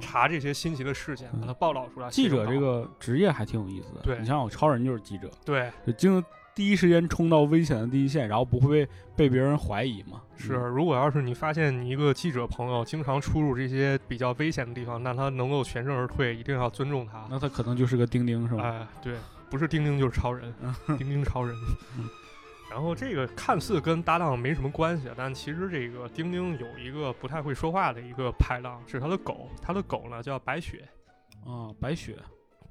Speaker 3: 查这些新奇的事件，把它报道出来。
Speaker 2: 嗯记者
Speaker 3: 啊写成
Speaker 2: 这
Speaker 3: 稿
Speaker 2: 个职业还挺有意思的。
Speaker 3: 对
Speaker 2: 你像我超人就是记者，
Speaker 3: 对，
Speaker 2: 就经第一时间冲到危险的第一线，然后不会被别人怀疑嘛。
Speaker 3: 是，
Speaker 2: 嗯
Speaker 3: 如果要是你发现你一个记者朋友经常出入这些比较危险的地方，那他能够全身而退，一定要尊重他。
Speaker 2: 那他可能就是个钉钉是吧？
Speaker 3: 哎，对，不是丁丁就是超人，丁丁超人
Speaker 2: 嗯。
Speaker 3: 然后这个看似跟搭档没什么关系，但其实这个丁丁有一个不太会说话的一个拍档，是他的狗，他的狗呢叫白雪，哎
Speaker 2: 啊，白雪，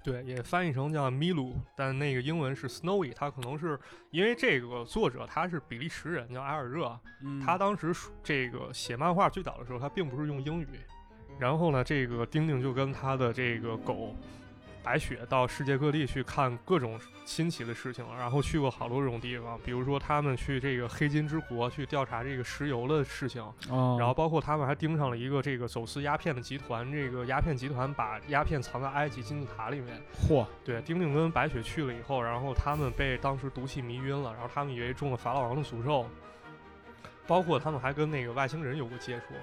Speaker 3: 对，也翻译成叫米鲁，但那个英文是 Snowy，他可能是因为这个作者他是比利时人，叫埃尔热，啊
Speaker 2: 嗯
Speaker 3: 他当时属这个写漫画最早的时候，他并不是用英语。然后呢，这个丁丁就跟他的这个狗白雪到世界各地去看各种新奇的事情，然后去过好多种地方，比如说他们去这个黑金之国去调查这个石油的事情，
Speaker 2: 哦，
Speaker 3: 然后包括他们还盯上了一个这个走私鸦片的集团，这个鸦片集团把鸦片藏在埃及金字塔里面，
Speaker 2: 嚯，
Speaker 3: 对，丁丁跟白雪去了以后，然后他们被当时毒气迷晕了，然后他们以为中了法老王的诅咒，包括他们还跟那个外星人有过接触。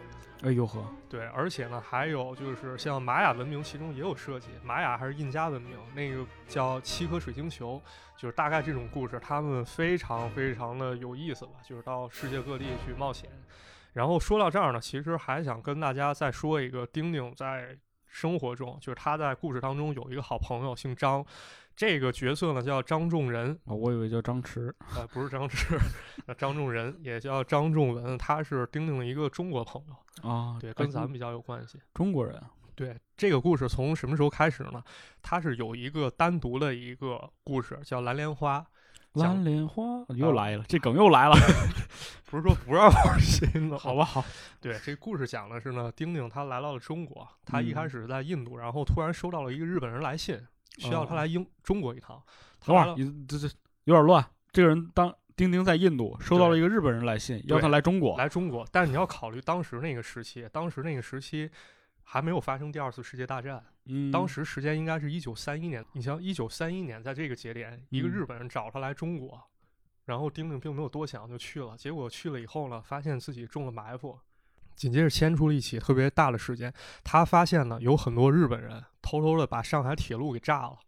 Speaker 2: 哎呦呵，
Speaker 3: 对，而且呢，还有就是像玛雅文明，其中也有涉及，玛雅还是印加文明，那个叫七颗水晶球，就是大概这种故事，他们非常非常的有意思吧，就是到世界各地去冒险。然后说到这儿呢，其实还想跟大家再说一个，丁丁在生活中，就是他在故事当中有一个好朋友姓张，这个角色呢叫张仲仁，
Speaker 2: 啊我以为叫张弛，
Speaker 3: 呃，不是张弛，呃张仲仁也叫张仲文，他是丁丁的一个中国朋友，
Speaker 2: 啊，
Speaker 3: 对，
Speaker 2: 哎
Speaker 3: 跟咱们比较有关系。
Speaker 2: 中国人
Speaker 3: 对这个故事从什么时候开始呢？它是有一个单独的一个故事叫《蓝莲花》，讲
Speaker 2: 蓝莲花又来了，这梗又 来了，
Speaker 3: 不是说不让玩 心的，
Speaker 2: 好吧？好，
Speaker 3: 对，这故事讲的是呢，丁丁他来到了中国，他一
Speaker 2: 嗯
Speaker 3: 开始是在印度，然后突然收到了一个日本人来信，需要他
Speaker 2: 哦
Speaker 3: 来英中国一趟。他
Speaker 2: 等会
Speaker 3: 来
Speaker 2: 儿
Speaker 3: 了，
Speaker 2: 你这这有点乱，这个人当钉钉在印度收到了一个日本人来信，要他来中国，
Speaker 3: 来中国，但是你要考虑当时那个时期，当时那个时期还没有发生第二次世界大战，
Speaker 2: 嗯，
Speaker 3: 当时时间应该是一九三一年。你像一九三一年，在这个节点，一个
Speaker 2: 嗯
Speaker 3: 日本人找他来中国，然后丁丁并没有多想就去了。结果去了以后呢，发现自己中了埋伏。紧接着牵出了一起特别大的事件，他发现呢有很多日本人偷偷的把上海铁路给炸了。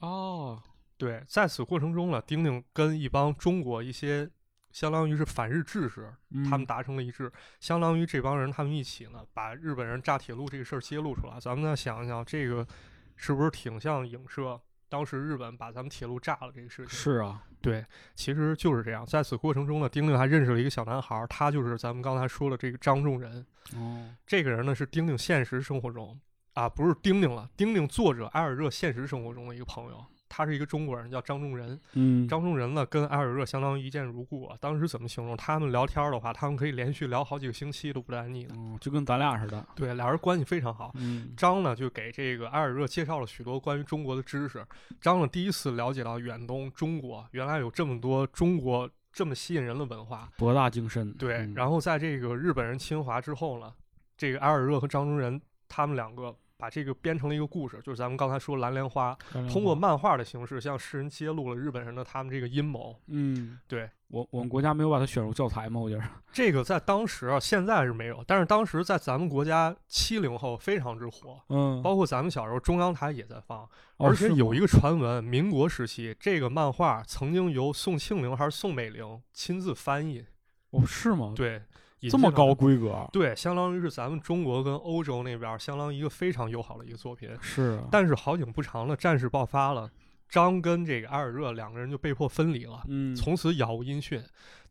Speaker 2: 哦，
Speaker 3: 对，在此过程中呢，丁丁跟一帮中国一些相当于是反日志士，
Speaker 2: 嗯
Speaker 3: 他们达成了一致，相当于这帮人他们一起呢，把日本人炸铁路这个事儿揭露出来。咱们再想一想，这个是不是挺像影射当时日本把咱们铁路炸了这个事情？
Speaker 2: 是啊，
Speaker 3: 对，其实就是这样。在此过程中呢，丁丁还认识了一个小男孩儿，他就是咱们刚才说的这个张仲仁。
Speaker 2: 哦，
Speaker 3: 这个人呢是丁丁现实生活中啊，不是丁丁了，丁丁作者埃尔热现实生活中的一个朋友，他是一个中国人，叫张仲仁。
Speaker 2: 嗯，
Speaker 3: 张仲仁呢跟埃尔热相当于一见如故啊。当时怎么形容？他们聊天儿的话，他们可以连续聊好几个星期都不带腻的。
Speaker 2: 哦，就跟咱俩似的，
Speaker 3: 对，俩人关系非常好。
Speaker 2: 嗯，
Speaker 3: 张呢就给这个埃尔热介绍了许多关于中国的知识。张呢第一次了解到远东中国原来有这么多中国这么吸引人的文化。
Speaker 2: 博大精深，
Speaker 3: 对，
Speaker 2: 嗯
Speaker 3: 然后在这个日本人侵华之后呢，这个埃尔热和张仲仁他们两个。把这个编成了一个故事，就是咱们刚才说蓝莲花，
Speaker 2: 干
Speaker 3: 通过
Speaker 2: 粮
Speaker 3: 漫画的形式向世人揭露了日本人的他们这个阴谋。
Speaker 2: 嗯，
Speaker 3: 对，
Speaker 2: 我我们国家没有把它选入教材嘛，我觉得
Speaker 3: 这个在当时啊，现在是没有，但是当时在咱们国家七零后非常之火，
Speaker 2: 嗯，
Speaker 3: 包括咱们小时候中央台也在放，
Speaker 2: 哦
Speaker 3: 而且
Speaker 2: 是
Speaker 3: 有
Speaker 2: 吗
Speaker 3: 一个传闻，民国时期这个漫画曾经由宋庆龄还是宋美龄亲自翻译，
Speaker 2: 哦是吗？，
Speaker 3: 对，引
Speaker 2: 这么
Speaker 3: 进了
Speaker 2: 高。规格，啊
Speaker 3: 对，相当于是咱们中国跟欧洲那边儿相当于一个非常友好的一个作品，
Speaker 2: 是啊，
Speaker 3: 但是好景不长了，战事爆发了，张跟这个埃尔热两个人就被迫分离了，
Speaker 2: 嗯，
Speaker 3: 从此杳无音讯。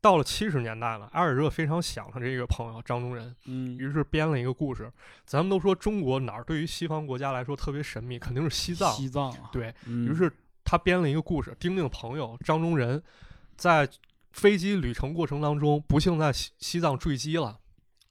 Speaker 3: 到了七十年代了，埃尔热非常想他这个朋友张中仁，
Speaker 2: 嗯
Speaker 3: 于是编了一个故事。咱们都说中国哪儿对于西方国家来说特别神秘，肯定是西藏。
Speaker 2: 西藏啊，
Speaker 3: 对，
Speaker 2: 嗯
Speaker 3: 于是他编了一个故事，丁丁的朋友张中仁在飞机旅程过程当中不幸在西西藏坠机了。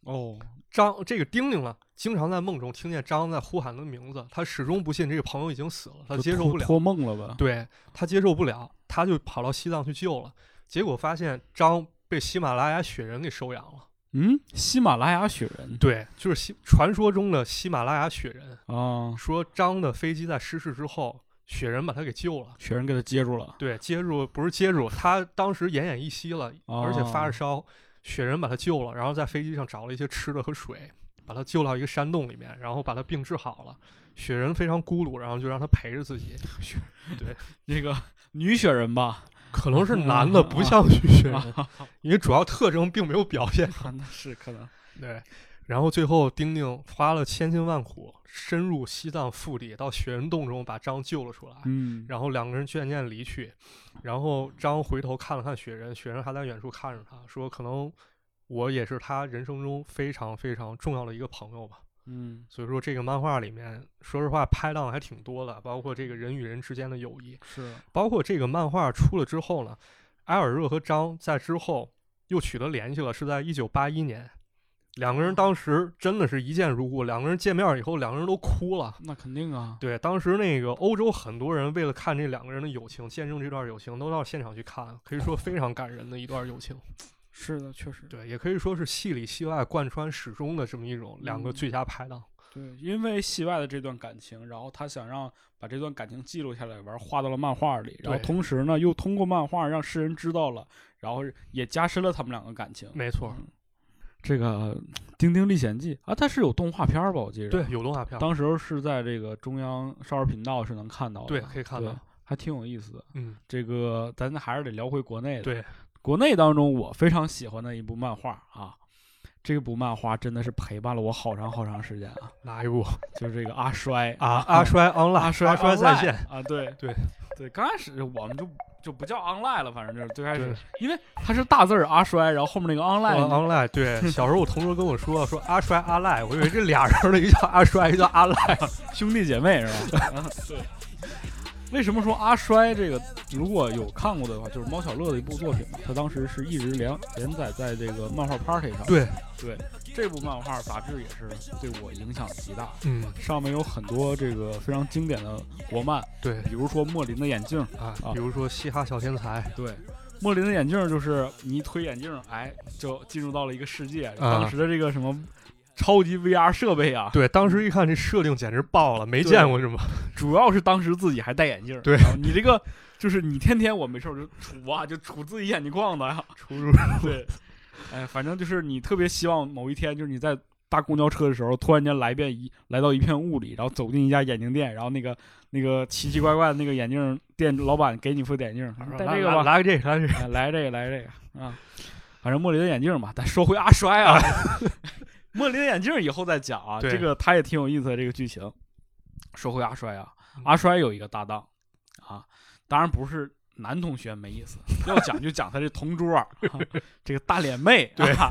Speaker 2: 哦，
Speaker 3: 张这个丁丁呢，经常在梦中听见张在呼喊他的名字，他始终不信这个朋友已经死了，他
Speaker 2: 就
Speaker 3: 接受
Speaker 2: 托
Speaker 3: 不了，
Speaker 2: 托梦了吧？
Speaker 3: 对他接受不了，他就跑到西藏去救了，结果发现张被喜马拉雅雪人给收养了。
Speaker 2: 嗯，喜马拉雅雪人
Speaker 3: 对，就是西传说中的喜马拉雅雪人，
Speaker 2: 啊，
Speaker 3: 说张的飞机在失事之后，雪人把他给救了。
Speaker 2: 雪人给他接住了，
Speaker 3: 对，接住不是接住，他当时奄奄一息了，
Speaker 2: 啊
Speaker 3: 而且
Speaker 2: 哦
Speaker 3: 发着烧，雪人把他救了，然后在飞机上找了一些吃的和水，把他救到一个山洞里面，然后把他病治好了。雪人非常孤独，然后就让他陪着自己，
Speaker 2: 那个 女雪人吧，啊
Speaker 3: 可能是男的不像 雪人，因为主要特征并没有表现。
Speaker 2: 那是可能，
Speaker 3: 对，然后最后丁丁花了千辛万苦，深入西藏腹地，到雪人洞中把张救了出来。
Speaker 2: 嗯，
Speaker 3: 然后两个人渐渐离去，然后张回头看了看雪人，雪人还在远处看着他，说：“可能我也是他人生中非常非常重要的一个朋友吧。”
Speaker 2: 嗯，
Speaker 3: 所以说，这个漫画里面，说实话，拍档还挺多的，包括这个人与人之间的友谊，
Speaker 2: 是，
Speaker 3: 包括这个漫画出了之后呢，埃尔热和张在之后又取得联系了，是在一九八一年。两个人当时真的是一见如故，两个人见面以后，两个人都哭了。
Speaker 2: 那肯定啊，
Speaker 3: 对，当时那个欧洲很多人为了看这两个人的友情，见证这段友情，都到现场去看，可以说非常感人的一段友情。
Speaker 2: 是的，确实，
Speaker 3: 对，也可以说是戏里戏外贯穿始终的这么一种两个
Speaker 2: 嗯
Speaker 3: 最佳拍档。
Speaker 2: 对，因为戏外的这段感情，然后他想让把这段感情记录下来，玩画到了漫画里，然后
Speaker 3: 对
Speaker 2: 同时呢，又通过漫画让世人知道了，然后也加深了他们两个感情。
Speaker 3: 没错，
Speaker 2: 嗯这个《丁丁历险记》啊，它是有动画片儿吧？我记得，
Speaker 3: 对，，有动画片，
Speaker 2: 当时候是在这个中央少儿频道是能看到的，
Speaker 3: 对，可以看
Speaker 2: 对
Speaker 3: 到，
Speaker 2: 还挺有意思的。
Speaker 3: 嗯，
Speaker 2: 这个咱还是得聊回国内的。
Speaker 3: 对，
Speaker 2: 国内当中我非常喜欢的一部漫画啊，这部漫画真的是陪伴了我好长好长时间啊，
Speaker 3: 哪一部
Speaker 2: 就是这个阿衰
Speaker 3: 啊？ 阿衰 online，
Speaker 2: 阿衰
Speaker 3: 阿衰在
Speaker 2: online
Speaker 3: 线，
Speaker 2: 啊，对
Speaker 3: 对
Speaker 2: 对，刚开始我们就就不叫 online 了，反正就是最开始
Speaker 3: 对，
Speaker 2: 因为它是大字儿阿衰，然后后面那个
Speaker 3: 啊
Speaker 2: online，
Speaker 3: online，对，小时候我同桌跟我说说阿衰阿赖，我以为这俩人儿呢，一个叫阿衰，一个叫阿赖。
Speaker 2: 兄弟姐妹是吧？ 对。为什么说阿衰这个？如果有看过的话，就是猫小乐的一部作品嘛，他当时是一直连连载在这个漫画 Party 上。
Speaker 3: 对，
Speaker 2: 对，这部漫画杂志也是对我影响极大。
Speaker 3: 嗯，
Speaker 2: 上面有很多这个非常经典的国漫，
Speaker 3: 对
Speaker 2: 比如说莫林的眼镜。
Speaker 3: 啊
Speaker 2: 啊，
Speaker 3: 比如说嘻哈小天才，
Speaker 2: 对，莫林的眼镜就是你一推眼镜，哎，就进入到了一个世
Speaker 3: 啊
Speaker 2: 界。当时的这个什么超级 VR 设备啊，
Speaker 3: 对，当时一看这设定简直爆了，没
Speaker 2: 对
Speaker 3: 见过这么
Speaker 2: 主要是当时自己还戴眼镜儿，
Speaker 3: 对
Speaker 2: 然后你这个就是你天天我没事儿就杵啊，就杵自己眼睛框子呀、
Speaker 3: 出入。
Speaker 2: 对，哎，反正就是你特别希望某一天，就是你在搭公交车的时候，突然间来遍一来到一片雾里，然后走进一家眼镜店，然后那个那个奇奇怪怪的那个眼镜店老板给你副眼镜儿，
Speaker 3: 说
Speaker 2: 戴
Speaker 3: 来
Speaker 2: 这个吧，
Speaker 3: 来来个这个，来个这个。
Speaker 2: 哎 来这个来这个啊，反正莫林的眼镜吧，咱说回阿衰 啊，莫林的眼镜以后再讲啊，
Speaker 3: 对
Speaker 2: 这个他也挺有意思的这个剧情。说回阿衰啊
Speaker 3: 嗯，
Speaker 2: 阿衰有一个搭档啊，当然不是男同学没意思，要讲就讲他这同桌儿、啊这个大脸妹，
Speaker 3: 对
Speaker 2: 啊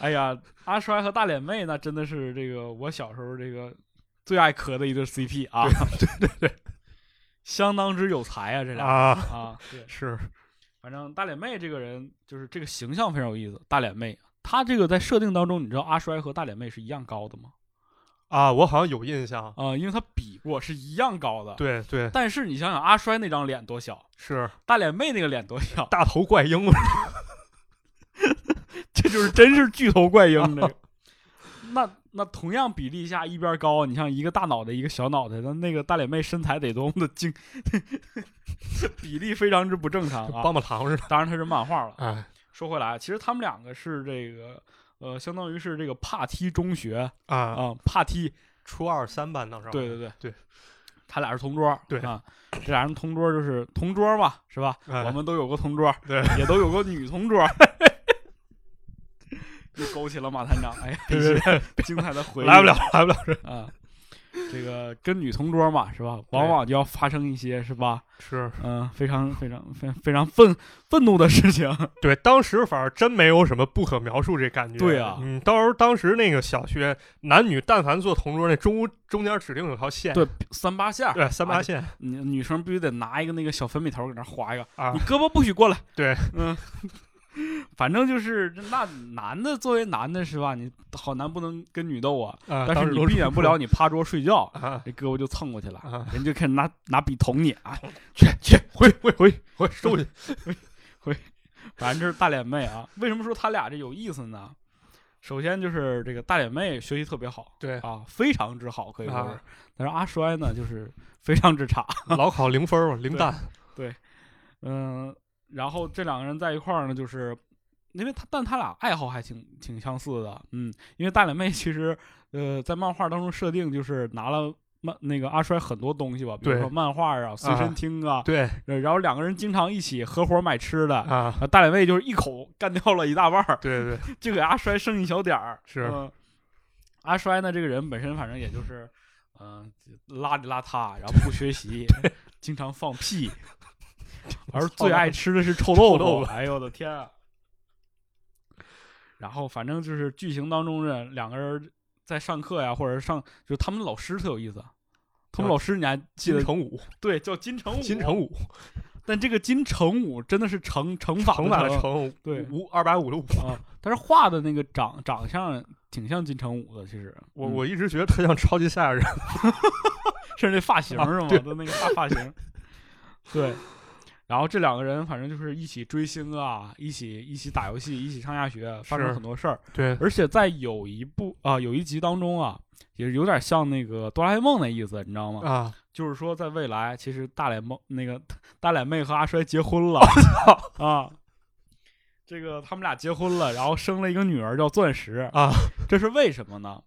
Speaker 2: 哎呀，阿衰和大脸妹那真的是这个我小时候这个最爱磕的一对 CP 啊，对对对， 相当之有才啊，这俩
Speaker 3: 啊，
Speaker 2: 啊，对，
Speaker 3: 是，
Speaker 2: 反正大脸妹这个人，就是这个形象非常有意思。大脸妹，她这个在设定当中，你知道阿衰和大脸妹是一样高的吗？
Speaker 3: 啊，我好像有印象。
Speaker 2: 啊、因为她比过是一样高的。。
Speaker 3: 对对，
Speaker 2: 但是你想想，阿衰那张脸多小，
Speaker 3: 是
Speaker 2: 大脸妹那个脸多小，
Speaker 3: 大头怪 婴。
Speaker 2: 这就是真是巨头怪婴这个。那那同样比例下，一边高，你像一个大脑袋，一个小脑袋，那那个大脸妹身材得多么的精， 比例非常之不正常
Speaker 3: 就
Speaker 2: 啊！
Speaker 3: 棒棒糖似的。
Speaker 2: 当然，它是漫画了。
Speaker 3: 哎，
Speaker 2: 说回来，其实他们两个是这个，呃，相当于是这个帕梯中学啊、
Speaker 3: 啊，
Speaker 2: 帕梯，
Speaker 3: 初二三班的时候，
Speaker 2: 对对对
Speaker 3: 对，
Speaker 2: 他俩是同桌，
Speaker 3: 对
Speaker 2: 啊，这俩人同桌就是同桌嘛，是吧？
Speaker 3: 哎
Speaker 2: 我们都有过同桌，
Speaker 3: 对，
Speaker 2: 也都有过女同 桌。又勾起了马探长，哎呀，
Speaker 3: 对对
Speaker 2: 一些精彩的回忆，
Speaker 3: 来不了，来不了，
Speaker 2: 啊。这个跟女同桌嘛，是吧？往
Speaker 3: 对
Speaker 2: 往就要发生一些，是吧？
Speaker 3: 是
Speaker 2: 嗯、非常非常非常非常愤愤怒的事情。
Speaker 3: 对，当时反正真没有什么不可描述这感觉。
Speaker 2: 对啊
Speaker 3: 嗯，到时候当时那个小学男女但凡坐同桌，那中中间指定有条线，
Speaker 2: 对，三八线儿，
Speaker 3: 对，三
Speaker 2: 啊
Speaker 3: 八线
Speaker 2: 你女生必须得拿一个那个小粉笔头搁那儿划一个，
Speaker 3: 啊
Speaker 2: 你胳膊不许过来。
Speaker 3: 对，
Speaker 2: 嗯，反正就是那男的作为男的是吧？你好男不能跟女斗啊，
Speaker 3: 啊，
Speaker 2: 但
Speaker 3: 当
Speaker 2: 是
Speaker 3: 时
Speaker 2: 你
Speaker 3: 都
Speaker 2: 避免不
Speaker 3: 同
Speaker 2: 了你趴桌睡觉
Speaker 3: 桌，啊
Speaker 2: 这胳膊就蹭过去了，
Speaker 3: 啊，
Speaker 2: 人就开始拿拿笔捅你啊，
Speaker 3: 去去回回回回 收去，
Speaker 2: 反正这是大脸妹啊。为什么说他俩这有意思呢？首先就是这个大脸妹学习特别好
Speaker 3: 对，
Speaker 2: 啊，非常之好，可以说是
Speaker 3: 啊。
Speaker 2: 但是阿衰呢，就是非常之差。
Speaker 3: 老考零分嘛，零蛋，
Speaker 2: 嗯，然后这两个人在一块儿呢，就是因为他，但他俩爱好还挺挺相似的，嗯，因为大脸妹其实呃在漫画当中设定就是拿了。漫那个阿衰很多东西吧，比如
Speaker 3: 对
Speaker 2: 说漫画啊、随身听啊，
Speaker 3: 对
Speaker 2: 呃然后两个人经常一起合伙买吃的，
Speaker 3: 啊，
Speaker 2: 啊大脸妹就是一口干掉了一大半儿，
Speaker 3: 对对
Speaker 2: 就给阿衰剩一小点儿。
Speaker 3: 是
Speaker 2: 嗯阿衰呢这个人本身反正也就是，嗯、邋里邋遢，然后不学习，经常放 屁，而最爱吃的是臭豆
Speaker 3: 臭豆
Speaker 2: 腐。
Speaker 3: 腐
Speaker 2: 哎呦我的天啊！然后反正就是剧情当中呢，两个人在上课呀，或者是上，就是他们老师特有意思。他们老师你还记
Speaker 3: 金
Speaker 2: 得？
Speaker 3: 城武，
Speaker 2: 对，叫金城武。
Speaker 3: 金城，武，
Speaker 2: 但这个金城武真的是乘乘法
Speaker 3: 成法
Speaker 2: 的
Speaker 3: 的成，
Speaker 2: 对
Speaker 3: 五二百五十五。
Speaker 2: 啊，但是画的那个长长相挺像金城武的，其实
Speaker 3: 我
Speaker 2: 嗯
Speaker 3: 我一直觉得他像超级赛亚人，
Speaker 2: 甚至那发型
Speaker 3: 啊
Speaker 2: 是吗？
Speaker 3: 对
Speaker 2: 的那个大发型， 对。然后这两个人反正就是一起追星啊，一起一起打游戏，一起上下学，发生
Speaker 3: 是
Speaker 2: 很多事儿。
Speaker 3: 对
Speaker 2: 而且在有一部啊、有一集当中啊，也是有点像那个哆啦 A 梦那意思，你知道吗？
Speaker 3: 啊，
Speaker 2: 就是说在未来，其实大脸梦那个大脸妹和阿衰结婚了 啊，这个他们俩结婚了，然后生了一个女儿叫钻石
Speaker 3: 啊，
Speaker 2: 这是为什么呢？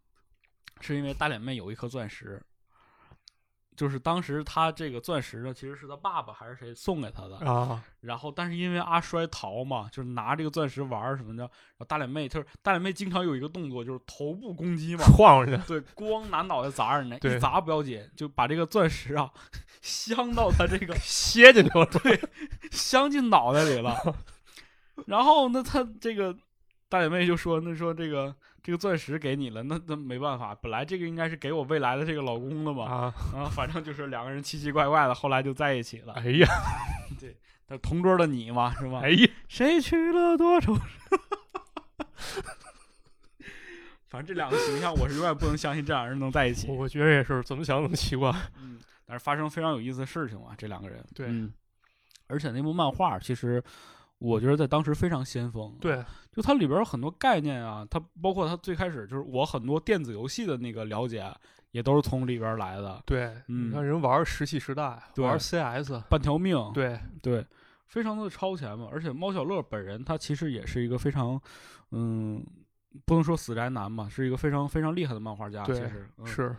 Speaker 2: 是因为大脸妹有一颗钻石，就是当时她这个钻石呢，其实是她爸爸还是谁送给她的，
Speaker 3: 啊，
Speaker 2: 然后但是因为阿衰逃嘛，就是拿这个钻石玩儿什么的，然后大脸妹就是大脸妹经常有一个动作就是头部攻击嘛，
Speaker 3: 晃过去，
Speaker 2: 对，光拿脑袋砸人呢，一
Speaker 3: 对
Speaker 2: 砸不要紧，就把这个钻石啊镶到他这 个
Speaker 3: 歇进去了，
Speaker 2: 镶进脑袋里 了。然后那他这个大姐妹就说：“那说这个这个钻石给你了，那那没办法，本来这个应该是给我未来的这个老公的嘛。
Speaker 3: 啊，
Speaker 2: 啊，反正就是两个人奇奇怪怪的，后来就在一起了。
Speaker 3: 哎呀，
Speaker 2: 那同桌的你嘛，是吧？
Speaker 3: 哎呀，
Speaker 2: 谁娶了多愁善？ 反正这两个形象，我是永远不能相信这两人能在一起。
Speaker 3: 我觉得也是，怎么想怎么奇怪，
Speaker 2: 嗯，但是发生非常有意思的事情嘛，这两个人。
Speaker 3: 对
Speaker 2: 嗯而且那部漫画其实我觉得在当时非常先锋。，
Speaker 3: 对，
Speaker 2: 就它里边有很多概念啊，它包括它最开始就是我很多电子游戏的那个了解，也都是从里边来的。
Speaker 3: 对，
Speaker 2: 嗯
Speaker 3: 你看人玩《石器时代》，
Speaker 2: 对
Speaker 3: 玩 CS，
Speaker 2: 半条命，
Speaker 3: 对，
Speaker 2: 对非常的超前嘛。而且猫小乐本人他其实也是一个非常，嗯，不能说死宅男嘛，是一个非常非常厉害的漫画家。其
Speaker 3: 对
Speaker 2: 实、嗯、。
Speaker 3: 是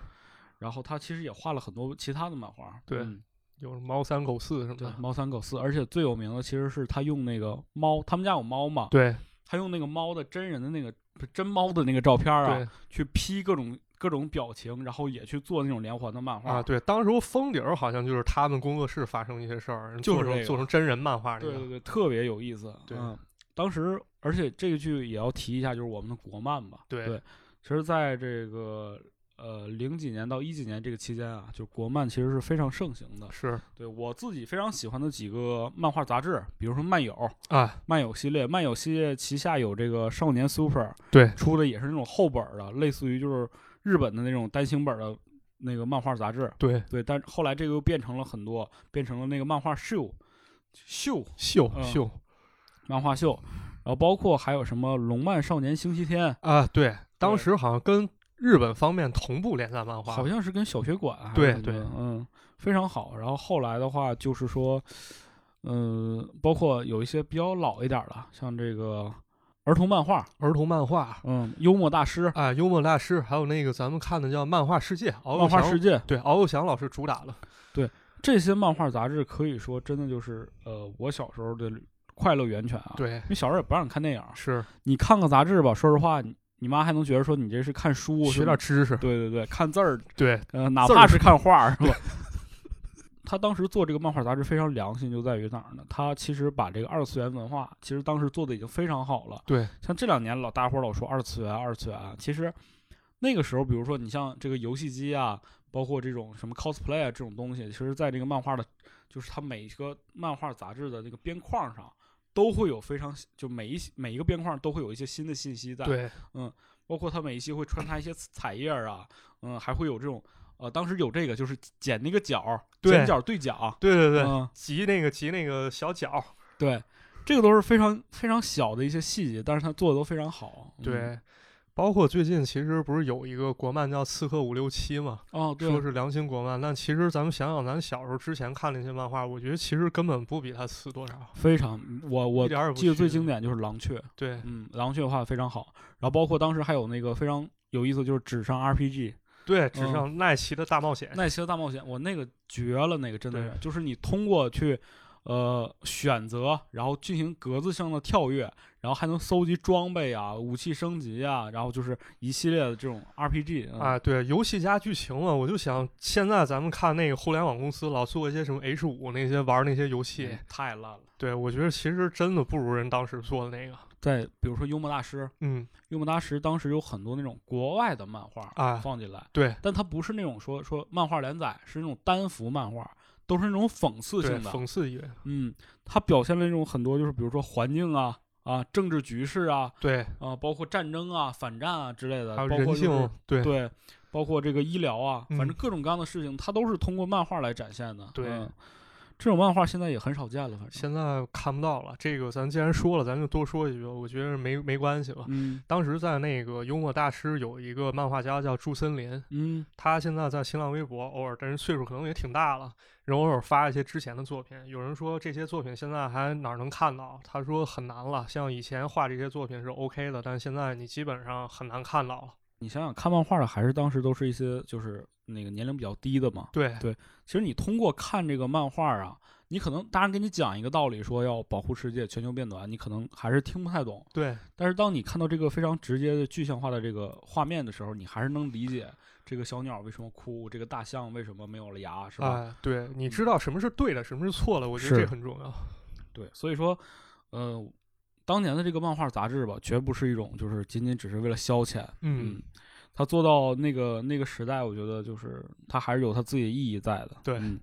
Speaker 2: 然后他其实也画了很多其他的漫画。
Speaker 3: 对
Speaker 2: 嗯
Speaker 3: 有猫三狗四什么
Speaker 2: 对，
Speaker 3: 的，
Speaker 2: 啊猫三狗四，而且最有名的其实是他用那个猫，他们家有猫嘛，
Speaker 3: 对
Speaker 2: 他用那个猫的真人的那个不是真猫的那个照片啊
Speaker 3: 对，
Speaker 2: 去 P 各种各种表情，然后也去做那种连环的漫画。
Speaker 3: 啊，对，当时候封顶儿好像就是他们工作室发生一些事儿，
Speaker 2: 就是
Speaker 3: 做成
Speaker 2: 这个
Speaker 3: 做成真人漫画那
Speaker 2: 对对
Speaker 3: 个，
Speaker 2: 对，特别有意思。
Speaker 3: 对
Speaker 2: 嗯，当时而且这个剧也要提一下，就是我们的国漫吧。
Speaker 3: 对
Speaker 2: 对其实在这个呃零几年到一几年这个期间啊，就国漫其实是非常盛行的。
Speaker 3: 是
Speaker 2: 对我自己非常喜欢的几个漫画杂志，比如说漫友，
Speaker 3: 啊，
Speaker 2: 漫友系列，漫友系列旗下有这个少年 Super
Speaker 3: 对
Speaker 2: 出的也是那种厚本儿的，类似于就是日本的那种单行本儿的那个漫画杂志。
Speaker 3: 对，
Speaker 2: 对，但是后来这个又变成了很多，变成了那个漫画秀秀
Speaker 3: 秀
Speaker 2: 嗯
Speaker 3: 秀
Speaker 2: 漫画秀，然后包括还有什么《龙漫少年星期天》
Speaker 3: 啊，对，当
Speaker 2: 对
Speaker 3: 时好像跟日本方面同步连载漫画，
Speaker 2: 好像是跟小学馆还是
Speaker 3: 对
Speaker 2: 什么
Speaker 3: 对
Speaker 2: 的嗯，非常好。然后后来的话就是说，嗯，包括有一些比较老一点儿的，像这个儿童漫画，
Speaker 3: 儿童漫画
Speaker 2: 嗯，幽默大师、
Speaker 3: 啊，幽默大师，还有那个咱们看的叫《漫画世界》，敖幼
Speaker 2: 漫画
Speaker 3: 祥
Speaker 2: 世界
Speaker 3: 对敖幼祥老师主打的，
Speaker 2: 这些漫画杂志，可以说真的就是呃，我小时候的快乐源泉啊。，
Speaker 3: 对，
Speaker 2: 因为小时候也不让你看电影，
Speaker 3: 是
Speaker 2: 你看个杂志吧，说实话，你你妈还能觉得说你这是看书，
Speaker 3: 学
Speaker 2: 是
Speaker 3: 点知识，
Speaker 2: 对对对，看字儿
Speaker 3: 对，
Speaker 2: 呃，哪
Speaker 3: 字儿
Speaker 2: 怕是看画儿是 吧？他当时做这个漫画杂志非常良心，就在于哪儿呢？他其实把这个二次元文化，其实当时做的已经非常好了。
Speaker 3: 对，
Speaker 2: 像这两年老大伙儿老说二次元，二次元，啊其实那个时候，比如说你像这个游戏机啊，包括这种什么 cosplay 啊这种东西，其实在这个漫画的，就是它每一个漫画杂志的那个边框上，都会有非常就每一每一个边框都会有一些新的信息在。
Speaker 3: 对，
Speaker 2: 包括它每一期会穿插一些彩页儿啊，嗯，还会有这种，呃，当时有这个就是剪那个角儿，
Speaker 3: 对
Speaker 2: 剪角对角，
Speaker 3: 对对对，
Speaker 2: 嗯，
Speaker 3: 集那个集那个小角，
Speaker 2: 对，这个都是非常非常小的一些细节，但是它做的都非常好。嗯、
Speaker 3: 对，包括最近其实不是有一个国漫叫《刺客伍六七》嘛，
Speaker 2: 哦，对
Speaker 3: 说，是良心国漫，但其实咱们想想，咱小时候之前看那些漫画，我觉得其实根本不比它次多少，
Speaker 2: 非常，我
Speaker 3: 一
Speaker 2: 我
Speaker 3: 点儿也不
Speaker 2: 记得最
Speaker 3: 虚
Speaker 2: 经典就是狼雀，
Speaker 3: 对
Speaker 2: 嗯，狼雀画的非常好，然后包括当时还有那个非常有意思，就是纸上 RPG
Speaker 3: 对，只
Speaker 2: 嗯
Speaker 3: 像奈奇的大冒险，
Speaker 2: 奈奇的大冒险，我那个绝了，那个真的
Speaker 3: 哎对
Speaker 2: 是，就是你通过去。呃，选择，然后进行格子性的跳跃，然后还能搜集装备啊、武器升级啊，然后就是一系列的这种 RPG 嗯
Speaker 3: 啊，对，游戏加剧情嘛，我就想现在咱们看那个互联网公司老做一些什么 H 五那些玩儿那些游戏，
Speaker 2: 哎太烂了。
Speaker 3: 对我觉得其实真的不如人当时做的那个，
Speaker 2: 再比如说幽默大师，
Speaker 3: 嗯
Speaker 2: 幽默大师当时有很多那种国外的漫画
Speaker 3: 啊，
Speaker 2: 放进来，
Speaker 3: 对
Speaker 2: 但它不是那种说说漫画连载，是那种单幅漫画，都是那种讽刺
Speaker 3: 对，
Speaker 2: 性的。
Speaker 3: 讽刺意味，
Speaker 2: 嗯，它表现了那种很多，就是比如说环境啊。啊，政治局势啊，
Speaker 3: 对，
Speaker 2: 啊，包括战争啊、反战啊之类的，
Speaker 3: 还有
Speaker 2: 包括就
Speaker 3: 人
Speaker 2: 是
Speaker 3: 性，对
Speaker 2: 对，包括这个医疗啊，反
Speaker 3: 嗯
Speaker 2: 正各种各样的事情，它都是通过漫画来展现的。
Speaker 3: 对
Speaker 2: 嗯这种漫画现在也很少见了，反正。
Speaker 3: 现在看不到了。这个咱既然说了，咱就多说一句吧，我觉得没没关系吧。
Speaker 2: 嗯
Speaker 3: 当时在那个幽默大师有一个漫画家叫朱森林，
Speaker 2: 嗯
Speaker 3: 他现在在新浪微博偶尔，但是岁数可能也挺大了，然后偶尔发一些之前的作品。有人说这些作品现在还哪儿能看到？他说很难了，像以前画这些作品是 OK 的，但现在你基本上很难看到了。
Speaker 2: 你想想，看漫画的还是当时都是一些就是那个年龄比较低的嘛。
Speaker 3: 对
Speaker 2: 其实你通过看这个漫画啊，你可能当然给你讲一个道理，说要保护世界、全球变暖，你可能还是听不太懂。
Speaker 3: 对
Speaker 2: 但是当你看到这个非常直接的具象化的这个画面的时候，你还是能理解这个小鸟为什么哭，这个大象为什么没有了牙，是吧？
Speaker 3: 啊，对，你知道什么是对的，什么是错的，我觉得
Speaker 2: 是
Speaker 3: 这很重要。
Speaker 2: 对，所以说，呃，当年的这个漫画杂志吧，绝不是一种就是仅仅只是为了消遣，
Speaker 3: 嗯，
Speaker 2: 他做到那个那个时代，我觉得就是他还是有他自己的意义在的。
Speaker 3: 对啊
Speaker 2: 嗯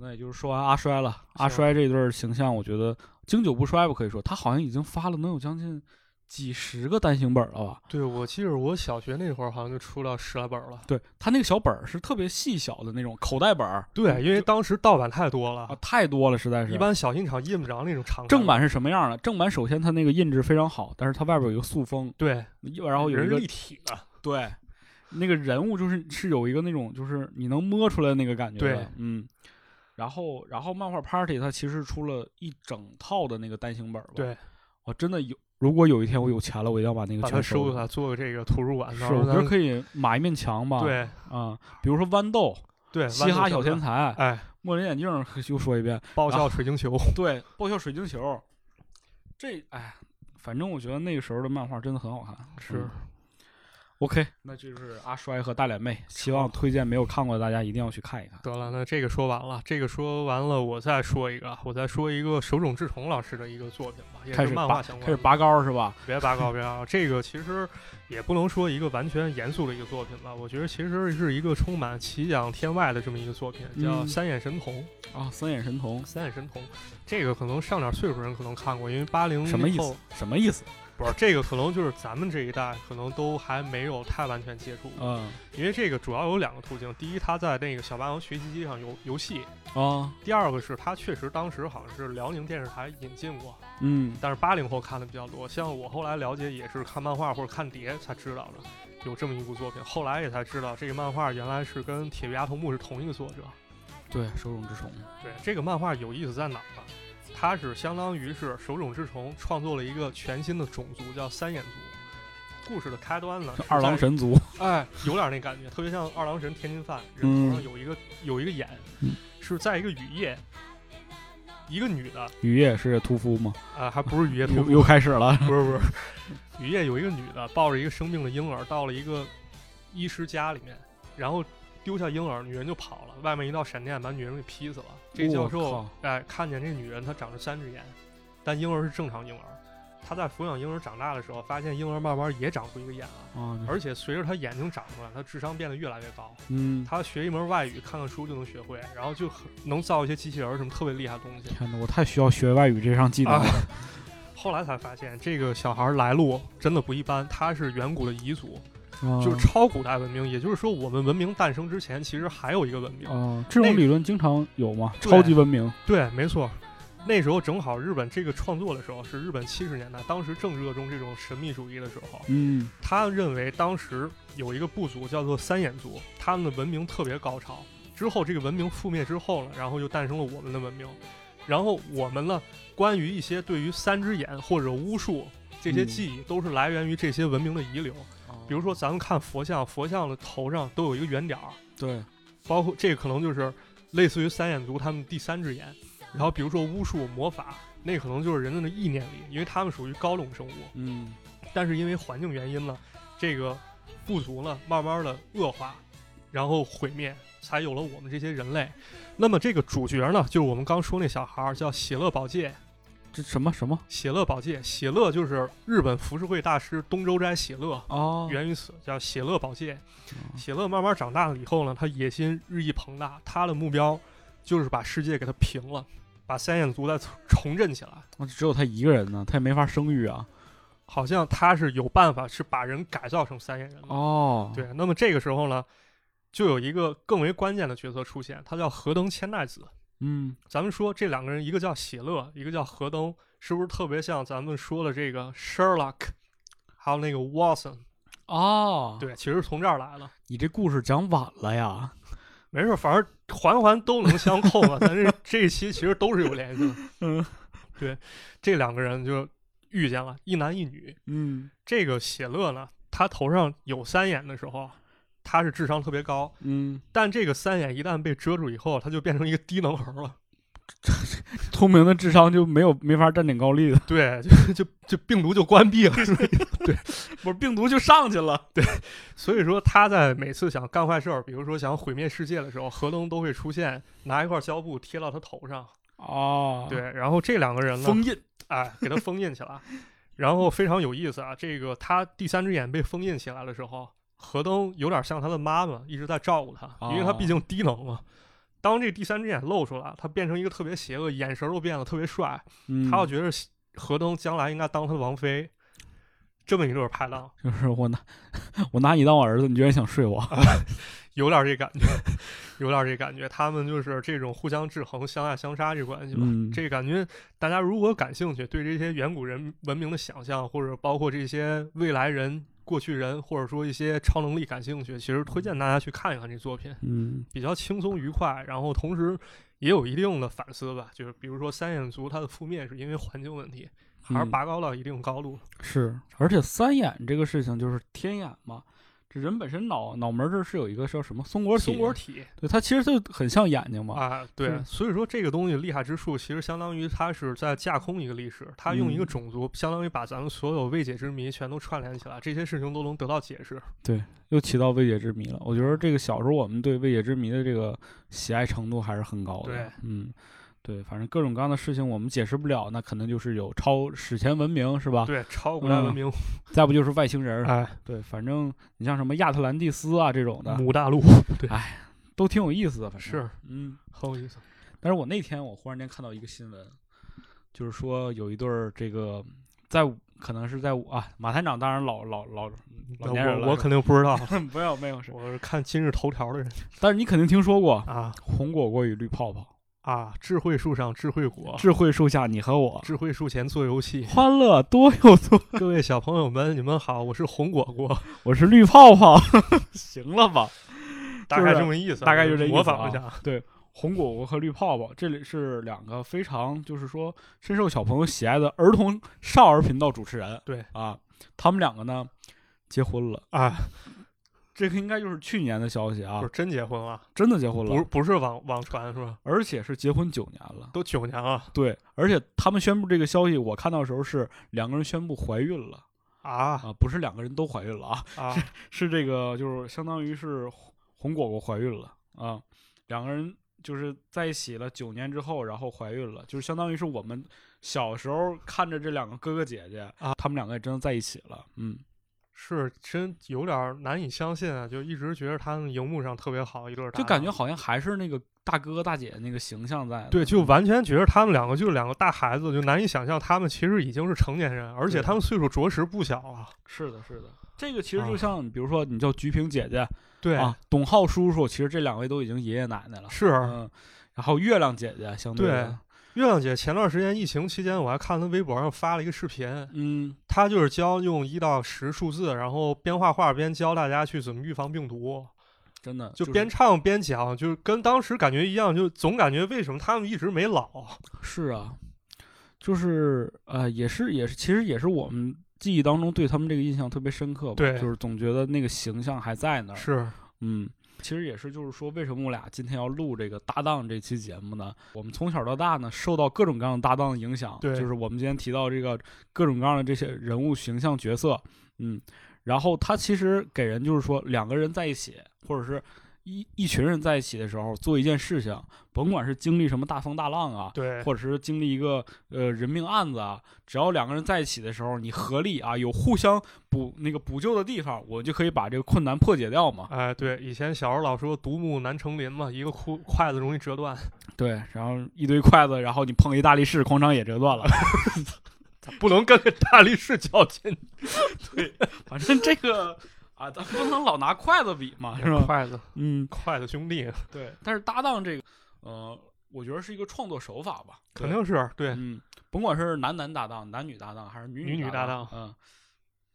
Speaker 2: 那也就是说完阿衰了。阿
Speaker 3: 行
Speaker 2: 衰这一对儿形象，我觉得经久不衰吧，可以说他好像已经发了能有将近几十个单行本了吧？
Speaker 3: 对，我记得我小学那会儿好像就出了十来本了。
Speaker 2: 对他那个小本儿是特别细小的那种口袋本儿，
Speaker 3: 对，因为
Speaker 2: 就
Speaker 3: 当时盗版太多了，
Speaker 2: 啊太多了，实在是。
Speaker 3: 啊一般小印厂印不着那种长
Speaker 2: 正
Speaker 3: 版。
Speaker 2: 版是什么样的？正版首先它那个印制非常好，但是它外边有一个塑封，
Speaker 3: 对，
Speaker 2: 然后有
Speaker 3: 人
Speaker 2: 一
Speaker 3: 是
Speaker 2: 个
Speaker 3: 立体的。
Speaker 2: 对，那个人物就是是有一个那种就是你能摸出来那个感觉的
Speaker 3: 对
Speaker 2: 嗯。然后，然后漫画 Party 它其实出了一整套的那个单行本儿吧。
Speaker 3: 对，
Speaker 2: 我真的有，如果有一天我有钱了，我一定要把那个
Speaker 3: 把它
Speaker 2: 全
Speaker 3: 收
Speaker 2: 收
Speaker 3: 起来，。做个这个图书馆。
Speaker 2: 是，我觉得
Speaker 3: 以。
Speaker 2: 可以买一面墙吧。
Speaker 3: 对
Speaker 2: 啊，比如说豌豆、
Speaker 3: 对，
Speaker 2: 嘻哈小天
Speaker 3: 才，
Speaker 2: 才、
Speaker 3: 哎，
Speaker 2: 莫林眼镜儿，又说一遍。
Speaker 3: 爆
Speaker 2: 然
Speaker 3: 笑水晶球，
Speaker 2: 对，爆笑水晶球，这哎，反正我觉得那个时候的漫画真的很好看。
Speaker 3: 是
Speaker 2: 嗯 OK，那就是阿衰和大脸妹，希望推荐没有看过的大家一定要去看一看。
Speaker 3: 得了，那这个说完了，这个说完了，我再说一个，我再说一个手冢治虫老师的一个作品吧，也
Speaker 2: 开
Speaker 3: 是
Speaker 2: 始
Speaker 3: 漫
Speaker 2: 拔
Speaker 3: 画相
Speaker 2: 开
Speaker 3: 关
Speaker 2: 始
Speaker 3: 的。
Speaker 2: 拔高是吧？
Speaker 3: 别拔高，别拔高，这个其实也不能说一个完全严肃的一个作品吧，我觉得其实是一个充满奇想天外的这么一个作品，叫《
Speaker 2: 嗯
Speaker 3: 三眼神童》。
Speaker 2: 啊，三眼神童
Speaker 3: 三眼神童，这个可能上点岁数人可能看过，因为八零
Speaker 2: 什么意思？？什么意思？
Speaker 3: 不是这个，可能就是咱们这一代可能都还没有太完全接触过，
Speaker 2: 嗯
Speaker 3: 因为这个主要有两个途径：第一，它在那个小霸王学习机上有游戏；
Speaker 2: 啊
Speaker 3: 第二个是它确实当时好像是辽宁电视台引进过，
Speaker 2: 嗯
Speaker 3: 但是八零后看的比较多，像我后来了解也是看漫画或者看碟才知道的。有这么一部作品。后来也才知道，这个漫画原来是跟《铁臂阿童木》是同一个作者。
Speaker 2: 对，手冢治虫。
Speaker 3: 对，这个漫画有意思在哪儿呢？它是相当于是手冢治虫创作了一个全新的种族，叫三眼族。故事的开端 呢，是
Speaker 2: 二郎
Speaker 3: 在
Speaker 2: 神族，
Speaker 3: 哎，有点那感觉，特别像二郎神天津饭，人头
Speaker 2: 嗯
Speaker 3: 上有一个、有一个眼
Speaker 2: 嗯，
Speaker 3: 是在一个雨夜，一个女的
Speaker 2: 雨夜是屠夫吗？
Speaker 3: 啊，还不是雨夜屠
Speaker 2: 又
Speaker 3: 夫，
Speaker 2: 又开始了。
Speaker 3: 不是不是， 雨夜有一个女的抱着一个生病的婴儿到了一个医师家里面，然后丢下婴儿，女人就跑了，外面一道闪电把女人给劈死了。这
Speaker 2: 我
Speaker 3: 教授
Speaker 2: 靠
Speaker 3: 哎看见这女人她长着三只眼，但婴儿是正常婴儿。他在抚养婴儿长大的时候，发现婴儿慢慢也长出一个眼了，
Speaker 2: 啊，
Speaker 3: 而且随着他眼睛长出来，他智商变得越来越高。
Speaker 2: 嗯，
Speaker 3: 他学一门外语，看看书就能学会，然后就很能造一些机器人儿什么特别厉害的东西。
Speaker 2: 天哪，我太需要学外语这项技能
Speaker 3: 啊
Speaker 2: 了。
Speaker 3: 后来才发现，这个小孩儿来路真的不一般，他是远古的彝族，
Speaker 2: 啊
Speaker 3: 就是超古代文明。也就是说，我们文明诞生之前，其实还有一个文明。
Speaker 2: 啊，这
Speaker 3: 那
Speaker 2: 种
Speaker 3: 个
Speaker 2: 理论经常有嘛，
Speaker 3: 对
Speaker 2: 超级文明。
Speaker 3: 对，没错。那时候正好日本这个创作的时候是日本七十年代，当时正热衷这种神秘主义的时候。
Speaker 2: 嗯，
Speaker 3: 他认为当时有一个部族叫做三眼族，他们的文明特别高超。之后这个文明覆灭之后呢，然后就诞生了我们的文明。然后我们呢，关于一些对于三只眼或者巫术这些
Speaker 2: 嗯
Speaker 3: 记忆，都是来源于这些文明的遗留。比如说咱们看佛像，佛像的头上都有一个圆点儿，
Speaker 2: 对，
Speaker 3: 包括这个可能就是类似于三眼族他们第三只眼。然后比如说巫术、魔法，那可能就是人家的意念力，因为他们属于高等生物。
Speaker 2: 嗯，
Speaker 3: 但是因为环境原因呢，这个部族呢慢慢的恶化，然后毁灭，才有了我们这些人类。那么这个主角呢，就是我们刚说那小孩儿，叫喜乐宝戒。
Speaker 2: 这什么什么
Speaker 3: 喜乐宝戒，喜乐就是日本浮世绘大师东周斋喜乐，
Speaker 2: 哦
Speaker 3: 源于此，叫喜乐宝戒。喜乐慢慢长大了以后呢，他野心日益庞大，他的目标就是把世界给他平了，把三眼族再重重振起来。
Speaker 2: 只有他一个人呢，他也没法生育啊。
Speaker 3: 好像他是有办法是把人改造成三眼人的。
Speaker 2: 哦，，
Speaker 3: 对，那么这个时候呢，就有一个更为关键的角色出现，他叫何登千代子。
Speaker 2: 嗯，
Speaker 3: 咱们说这两个人，一个叫喜乐，一个叫何登，是不是特别像咱们说的这个 Sherlock，还有那个 Watson？
Speaker 2: 哦，，
Speaker 3: 对，其实从这儿来的。
Speaker 2: 你这故事讲晚了呀。
Speaker 3: 没事，反正环环都能相扣嘛。咱这这一期其实都是有联系的。
Speaker 2: 嗯，
Speaker 3: 对，这两个人就遇见了，一男一女。
Speaker 2: 嗯
Speaker 3: 这个喜乐呢，他头上有三眼的时候，啊他是智商特别高，
Speaker 2: 嗯，
Speaker 3: 但这个三眼一旦被遮住以后，它就变成一个低能儿了。
Speaker 2: 聪明的智商就没有没法占领高丽的，
Speaker 3: 对，就 就就病毒就关闭了。 所以
Speaker 2: 不是病毒就上去了。
Speaker 3: 所以说，他在每次想干坏事儿，比如说想毁灭世界的时候，何东都会出现拿一块胶布贴到他头上。
Speaker 2: 哦，，
Speaker 3: 对，然后这两个人呢，
Speaker 2: 封印。
Speaker 3: 哎，给他封印起来。然后非常有意思啊，这个他第三只眼被封印起来的时候，何东有点像他的妈妈，一直在照顾他，因为他毕竟低能嘛。当这第三只眼露出来，他变成一个特别邪恶，眼神儿都变得特别帅，
Speaker 2: 嗯
Speaker 3: 他要觉得何东将来应该当他的王妃，这么一对儿拍档，
Speaker 2: 就是我拿我拿你当我儿子，你居然想睡我？
Speaker 3: 有点儿这感觉， 有点儿这感觉。他们就是这种互相制衡、相爱相杀这关系吧。
Speaker 2: 嗯
Speaker 3: 这感觉大家如果感兴趣，对这些远古人文明的想象，或者包括这些未来人、过去人，或者说一些超能力感兴趣，其实推荐大家去看一看这作品，
Speaker 2: 嗯
Speaker 3: 比较轻松愉快，然后同时也有一定的反思吧。就是比如说三眼族它的覆灭是因为环境问题，还是
Speaker 2: 嗯
Speaker 3: 拔高到一定高度。
Speaker 2: 是，而且三眼这个事情就是天眼嘛，这人本身脑脑门儿这儿是有一个叫什么松果体，
Speaker 3: 松果体
Speaker 2: 对，它其实就很像眼睛嘛。
Speaker 3: 啊，对，
Speaker 2: 是
Speaker 3: 所以说这个东西厉害之处，其实相当于它是在架空一个历史，它用一个
Speaker 2: 嗯
Speaker 3: 种族，相当于把咱们所有未解之谜全都串联起来，这些事情都能得到解释。
Speaker 2: 啊又起到未解之谜了。我觉得这个小时候我们对未解之谜的这个喜爱程度还是很高的。
Speaker 3: 对，
Speaker 2: 嗯，对，反正各种各样的事情我们解释不了，那可能就是有超史前文明是吧？
Speaker 3: 对，超古代文明，
Speaker 2: 再嗯不就是外星人儿。
Speaker 3: 哎，
Speaker 2: 对，反正你像什么亚特兰蒂斯啊这种的，
Speaker 3: 母大陆，对，
Speaker 2: 都挺有意思的。反正
Speaker 3: 嗯是
Speaker 2: 嗯，
Speaker 3: 很有意思。
Speaker 2: 但是我那天我忽然间看到一个新闻，就是说有一对儿这个在五可能是在五啊马探长，当然老老老老
Speaker 3: 那
Speaker 2: 年人
Speaker 3: 呃我
Speaker 2: 了
Speaker 3: 我
Speaker 2: 是
Speaker 3: 肯定不知道，
Speaker 2: 不要没有事，
Speaker 3: 我是看今日头条的人
Speaker 2: 但是你肯定听说过
Speaker 3: 啊，
Speaker 2: 红果果与绿泡泡。
Speaker 3: 啊，智慧树上智慧果，
Speaker 2: 智慧树下你和 我，。
Speaker 3: 智慧树前做游戏
Speaker 2: 欢乐多又多。
Speaker 3: 各位小朋友们，你们好，我是红果果，
Speaker 2: 我是绿泡泡， 行了吧？
Speaker 3: 大概这么意思啊，
Speaker 2: 大概就这意思啊
Speaker 3: 模仿一下啊。
Speaker 2: 红果果和绿泡泡，这里是两个非常就是说深受小朋友喜爱的儿童少儿频道主持人。
Speaker 3: 对
Speaker 2: 啊，他们两个呢结婚了，
Speaker 3: 啊，
Speaker 2: 这个应该就是去年的消息啊
Speaker 3: 就是，真结婚了，
Speaker 2: 真的结婚
Speaker 3: 不是
Speaker 2: 了，
Speaker 3: 不是网网传是吧？
Speaker 2: 而且是结婚九年了。
Speaker 3: 都九年了
Speaker 2: 对，而且他们宣布这个消息，我看到的时候是两个人宣布怀孕了
Speaker 3: 啊
Speaker 2: 啊，不是两个人都怀孕了啊，
Speaker 3: 啊！
Speaker 2: 是这个就是相当于是红红果果怀孕了啊，两个人就是在一起了九年之后，然后怀孕了，就是相当于是我们小时候看着这两个哥哥姐姐
Speaker 3: 啊
Speaker 2: 他们两个也真的在一起了，嗯，
Speaker 3: 是真有点儿难以相信啊！就一直觉得他们荧幕上特别好，一对儿搭
Speaker 2: 就
Speaker 3: 档
Speaker 2: 感觉好像还是那个大哥哥大姐姐那个形象在的，嗯
Speaker 3: 对，就完全觉得他们两个就是两个大孩子，就难以想象他们其实已经是成年人，而且
Speaker 2: 对
Speaker 3: 他们岁数着实不小啊。
Speaker 2: 是的，是的。这个其实
Speaker 3: 啊
Speaker 2: 就像，比如说你叫菊萍姐姐
Speaker 3: 对，
Speaker 2: 啊，董浩叔叔，其实这两位都已经爷爷奶奶了。
Speaker 3: 是
Speaker 2: 嗯，然后月亮姐姐相
Speaker 3: 对
Speaker 2: 的，
Speaker 3: 月亮姐前段时间疫情期间，我还看她微博上发了一个视频，
Speaker 2: 嗯，
Speaker 3: 她就是教用一到十数字，然后边画画边教大家去怎么预防病毒，
Speaker 2: 真的
Speaker 3: 就是边唱边讲，就是跟当时感觉一样，就总感觉为什么他们一直没老。
Speaker 2: 是啊，就是呃，也是也是，其实也是我们记忆当中对他们这个印象特别深刻吧，
Speaker 3: 对
Speaker 2: 就是总觉得那个形象还在那儿，
Speaker 3: 是
Speaker 2: 嗯。其实也是，就是说，为什么我俩今天要录这个搭档这期节目呢？我们从小到大呢，受到各种各样的搭档的影响，
Speaker 3: 对
Speaker 2: 就是我们今天提到这个各种各样的这些人物形象角色，嗯，然后他其实给人就是说，两个人在一起，或者是一一群人在一起的时候，做一件事情，甭管是经历什么大风大浪啊，
Speaker 3: 对，
Speaker 2: 或者是经历一个呃人命案子啊，只要两个人在一起的时候，你合力啊，有互相补那个补救的地方，我就可以把这个困难破解掉 嘛。
Speaker 3: 哎，对，以前小时候老说独木难成林嘛，一个筷筷子容易折 断。
Speaker 2: 对，然后一堆筷子，然后你碰一大力士，哐当也折 断了。
Speaker 3: 不能跟大力士较劲，
Speaker 2: 反正这个啊，咱不能老拿筷子比啊嘛，是吧？
Speaker 3: 筷子，
Speaker 2: 嗯，
Speaker 3: 筷子兄弟
Speaker 2: 对。但是搭档这个，呃，我觉得是一个创作手法吧，
Speaker 3: 肯定是对，
Speaker 2: 嗯，甭管是男男搭档、男女搭档，还是女
Speaker 3: 女女搭
Speaker 2: 档
Speaker 3: 档，
Speaker 2: 嗯，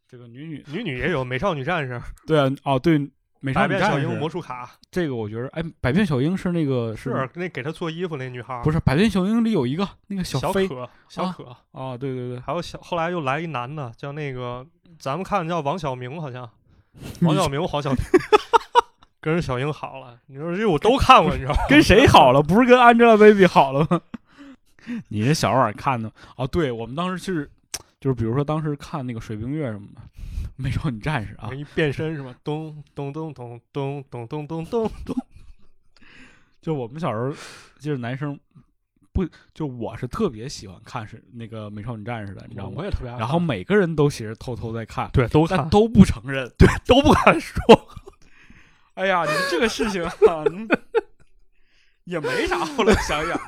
Speaker 2: 这个女女
Speaker 3: 女女也有美少女战士、
Speaker 2: 对啊，哦对，美少
Speaker 3: 百
Speaker 2: 女
Speaker 3: 变
Speaker 2: 战
Speaker 3: 小
Speaker 2: 士
Speaker 3: 樱、魔术卡，
Speaker 2: 这个我觉得，哎，百变小樱是那个
Speaker 3: 是那给她做衣服那女孩儿，
Speaker 2: 不
Speaker 3: 是
Speaker 2: 是百变小樱里有一个那个
Speaker 3: 小
Speaker 2: 飞
Speaker 3: 可，小
Speaker 2: 啊
Speaker 3: 可，
Speaker 2: 啊？对对对，
Speaker 3: 还有小后来又来一男的，叫那个咱们看叫王小明，好像
Speaker 2: 嗯
Speaker 3: 王小明、黄小 明，跟人小樱好了。你说这我都看过，你知道吗？
Speaker 2: 跟谁好了？不是跟 Angelababy 好了吗？ 你这小玩意儿看的啊？对，我们当时是就是比如说当时看那个水冰月什么的，美少女战士啊，
Speaker 3: 一变身是吧？咚咚咚咚咚咚咚咚咚，
Speaker 2: 就我们小时候就是男生不就我是特别喜欢看是那个美少女战士的，你知道吗？
Speaker 3: 也特别爱
Speaker 2: 然后每个人都其实偷偷在看，
Speaker 3: 对都
Speaker 2: 但
Speaker 3: 看
Speaker 2: 都不承认。
Speaker 3: 对都不敢说，
Speaker 2: 哎呀，你这个事情啊，嗯也没啥。后来想想，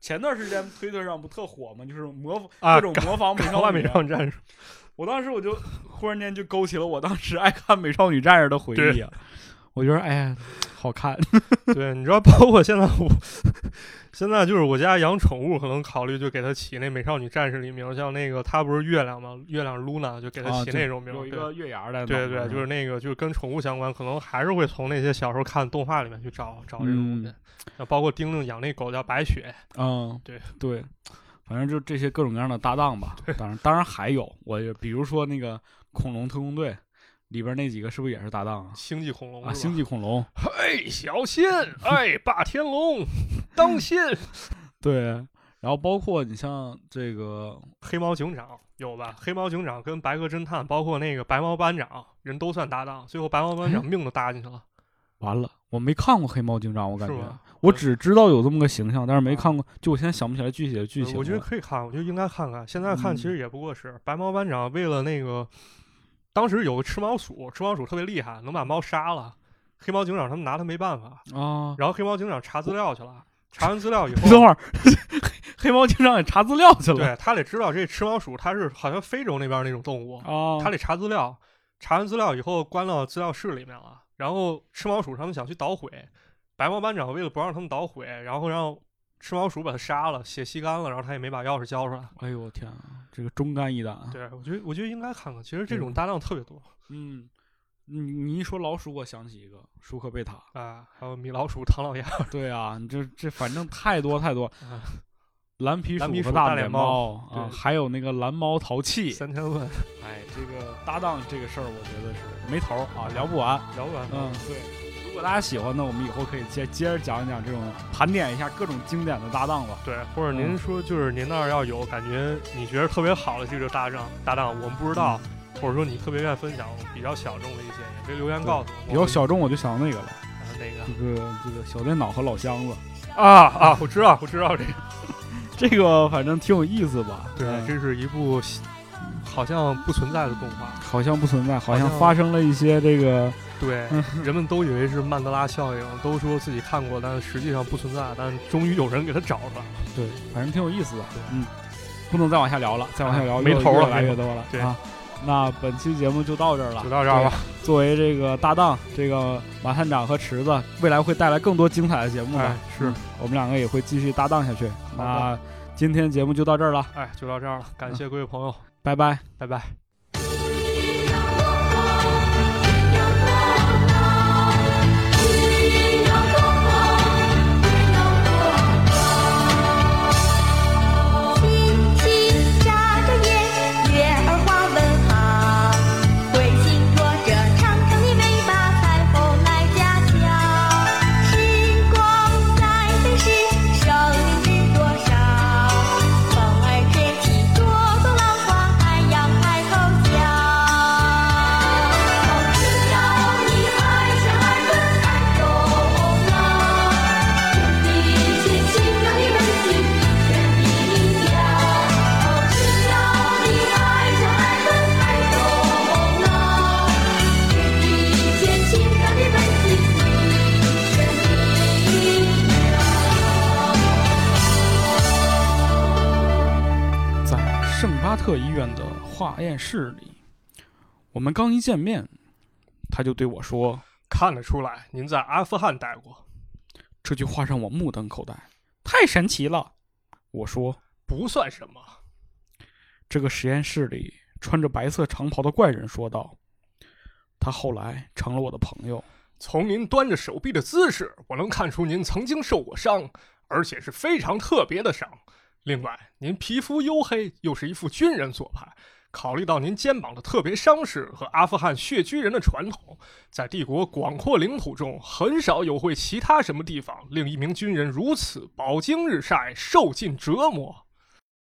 Speaker 2: 前段时间推特上不特火吗？就是模仿、
Speaker 3: 啊
Speaker 2: 各种模仿美
Speaker 3: 《
Speaker 2: 少
Speaker 3: 万
Speaker 2: 女
Speaker 3: 美
Speaker 2: 啊。
Speaker 3: 少女战士》
Speaker 2: 我当时我就忽然间就勾起了我当时爱看美少女战士的回忆啊。我觉得哎呀，好看。
Speaker 3: 对，你知道，包括现在我，现在就是我家养宠物，可能考虑就给它起那《美少女战士》里名，像那个它不是月亮吗？月亮 Luna 就给它
Speaker 2: 啊
Speaker 3: 起
Speaker 2: 对
Speaker 3: 那种名。
Speaker 2: 有一
Speaker 3: 对
Speaker 2: 个月牙的，
Speaker 3: 对对，就是那个，就是跟宠物相关，可能还是会从那些小时候看的动画里面去找找这种东西
Speaker 2: 嗯，
Speaker 3: 那包括丁丁养那狗叫白雪，
Speaker 2: 嗯，
Speaker 3: 对
Speaker 2: 对，反正就这些各种各样的搭档吧。当然，当然还有，我也比如说那个恐龙特工队里边那几个是不是也是搭档啊？
Speaker 3: 星际恐龙
Speaker 2: 啊，星
Speaker 3: 际，
Speaker 2: 际恐龙，
Speaker 3: 嘿，小心，哎，霸天龙，当心，
Speaker 2: 对，啊然后包括你像这个，
Speaker 3: 黑猫警长有
Speaker 2: 嗯
Speaker 3: 吧？黑猫警长跟白鸽侦探，包括那个白猫班长，人都算搭档，最后白猫班
Speaker 2: 哎
Speaker 3: 长命都搭进去了，
Speaker 2: 完了，我没看过黑猫警长，我感
Speaker 3: 是
Speaker 2: 觉
Speaker 3: 吗
Speaker 2: 我只知道有这么个形象，但是没
Speaker 3: 啊呃
Speaker 2: 看过，就我现在想不起来具体的剧情了。嗯
Speaker 3: 我觉得可以看，我觉得应该看看。现在看其实也不过是、白猫班长为了那个，当时有个吃猫鼠，吃猫鼠特别厉害，能把猫杀了。黑猫警长他们拿他没办法，
Speaker 2: 啊，
Speaker 3: 然后黑猫警长查资料去了，查完资料以
Speaker 2: 等
Speaker 3: 后，
Speaker 2: 会儿黑猫警长也查资料去了。
Speaker 3: 对他得知道这吃猫鼠它是好像非洲那边那种动物，
Speaker 2: 啊，
Speaker 3: 他得查资料，查完资料以后关到资料室里面了。然后吃猫鼠他们想去捣毁，白猫班长为了不让他们捣毁，然后让吃猫鼠把他杀了，血吸干了，然后他也没把钥匙交出来。
Speaker 2: 哎呦我天啊，这个忠肝义胆啊！
Speaker 3: 对，我觉得我觉得应该看看，其实这种
Speaker 2: 嗯
Speaker 3: 搭档特别多
Speaker 2: 嗯，你你一说老鼠，我想起一个舒克贝 塔。
Speaker 3: 啊，还有米老鼠、唐老鸭，
Speaker 2: 对啊，你这这反正太多太多
Speaker 3: 啊，
Speaker 2: 蓝皮
Speaker 3: 蓝皮
Speaker 2: 和
Speaker 3: 鼠大
Speaker 2: 大
Speaker 3: 脸
Speaker 2: 猫
Speaker 3: 猫
Speaker 2: 啊，
Speaker 3: 对
Speaker 2: 还有那个蓝猫淘气。
Speaker 3: 三千问
Speaker 2: 哎，这个搭档这个事儿，我觉得是没头儿啊，聊不完。
Speaker 3: 聊完了。
Speaker 2: 嗯，对。如果大家喜欢呢，我们以后可以接接着讲一讲这种盘点一下各种经典的搭档吧。
Speaker 3: 对，或者您
Speaker 2: 嗯
Speaker 3: 说就是您那儿要有感觉你觉得特别好的这个搭档搭档，我们不知道，
Speaker 2: 嗯
Speaker 3: 或者说你特别愿意分享比较小众的一些，也可以留言告诉我们。
Speaker 2: 比较小众，我就想到那个了，
Speaker 3: 啊哪个
Speaker 2: 这个这个小电脑和老箱子，
Speaker 3: 啊啊，我知道，我知道这个。
Speaker 2: 这个反正挺有意思吧？
Speaker 3: 对，
Speaker 2: 嗯
Speaker 3: 这是一部西好像不存在的动画。
Speaker 2: 好像不存在，好像
Speaker 3: 好像
Speaker 2: 发生了一些这个
Speaker 3: 对，人们都以为是曼德拉效应，都说自己看过，但实际上不存在。但终于有人给他找出来了。
Speaker 2: 对，反正挺有意思的
Speaker 3: 对。
Speaker 2: 嗯，不能再往下聊了，再往下聊
Speaker 3: 啊没
Speaker 2: 又
Speaker 3: 头了
Speaker 2: 越来
Speaker 3: 没
Speaker 2: 越多了。
Speaker 3: 对
Speaker 2: 啊，那本期节目就到这儿了，
Speaker 3: 就到这儿吧。
Speaker 2: 对。作为这个搭档，这个马探长和池子，未来会带来更多精彩的节目吧
Speaker 3: 哎？是
Speaker 2: 嗯我们两个也会继续搭档下去。
Speaker 3: 的
Speaker 2: 那今天节目就到这儿了，
Speaker 3: 哎，就到这儿了，感谢各位朋友，
Speaker 2: 拜拜。
Speaker 3: 拜拜。
Speaker 4: 轻轻眨着眼，月儿花纹好，会心托着长长的尾巴，彩虹来家乡。时光在飞逝，手里是多少？风儿吹起朵朵浪花，海洋开口笑。哦，只要你爱上儿歌，才懂了。一曲清凉的温情，一曲民谣。哦，只要你爱上儿歌，才懂了。一曲清凉的温情，一曲民谣。
Speaker 2: 在圣巴特医院的化验室里，我们刚一见面，他就对我说
Speaker 3: 看得出来，您在阿富汗待过，
Speaker 2: 这句话，让我目瞪口呆，太神奇了。我说。
Speaker 3: 不算什么。
Speaker 2: 这个实验室里穿着白色长袍的怪人说道：“他后来成了我的朋友。
Speaker 3: 从您端着手臂的姿势，我能看出您曾经受过伤，而且是非常特别的伤。另外，您皮肤黝黑，又是一副军人做派。考虑到您肩膀的特别伤势和阿富汗血居人的传统，在帝国广阔领土中，很少有会其他什么地方令一名军人如此饱经日晒、受尽折磨。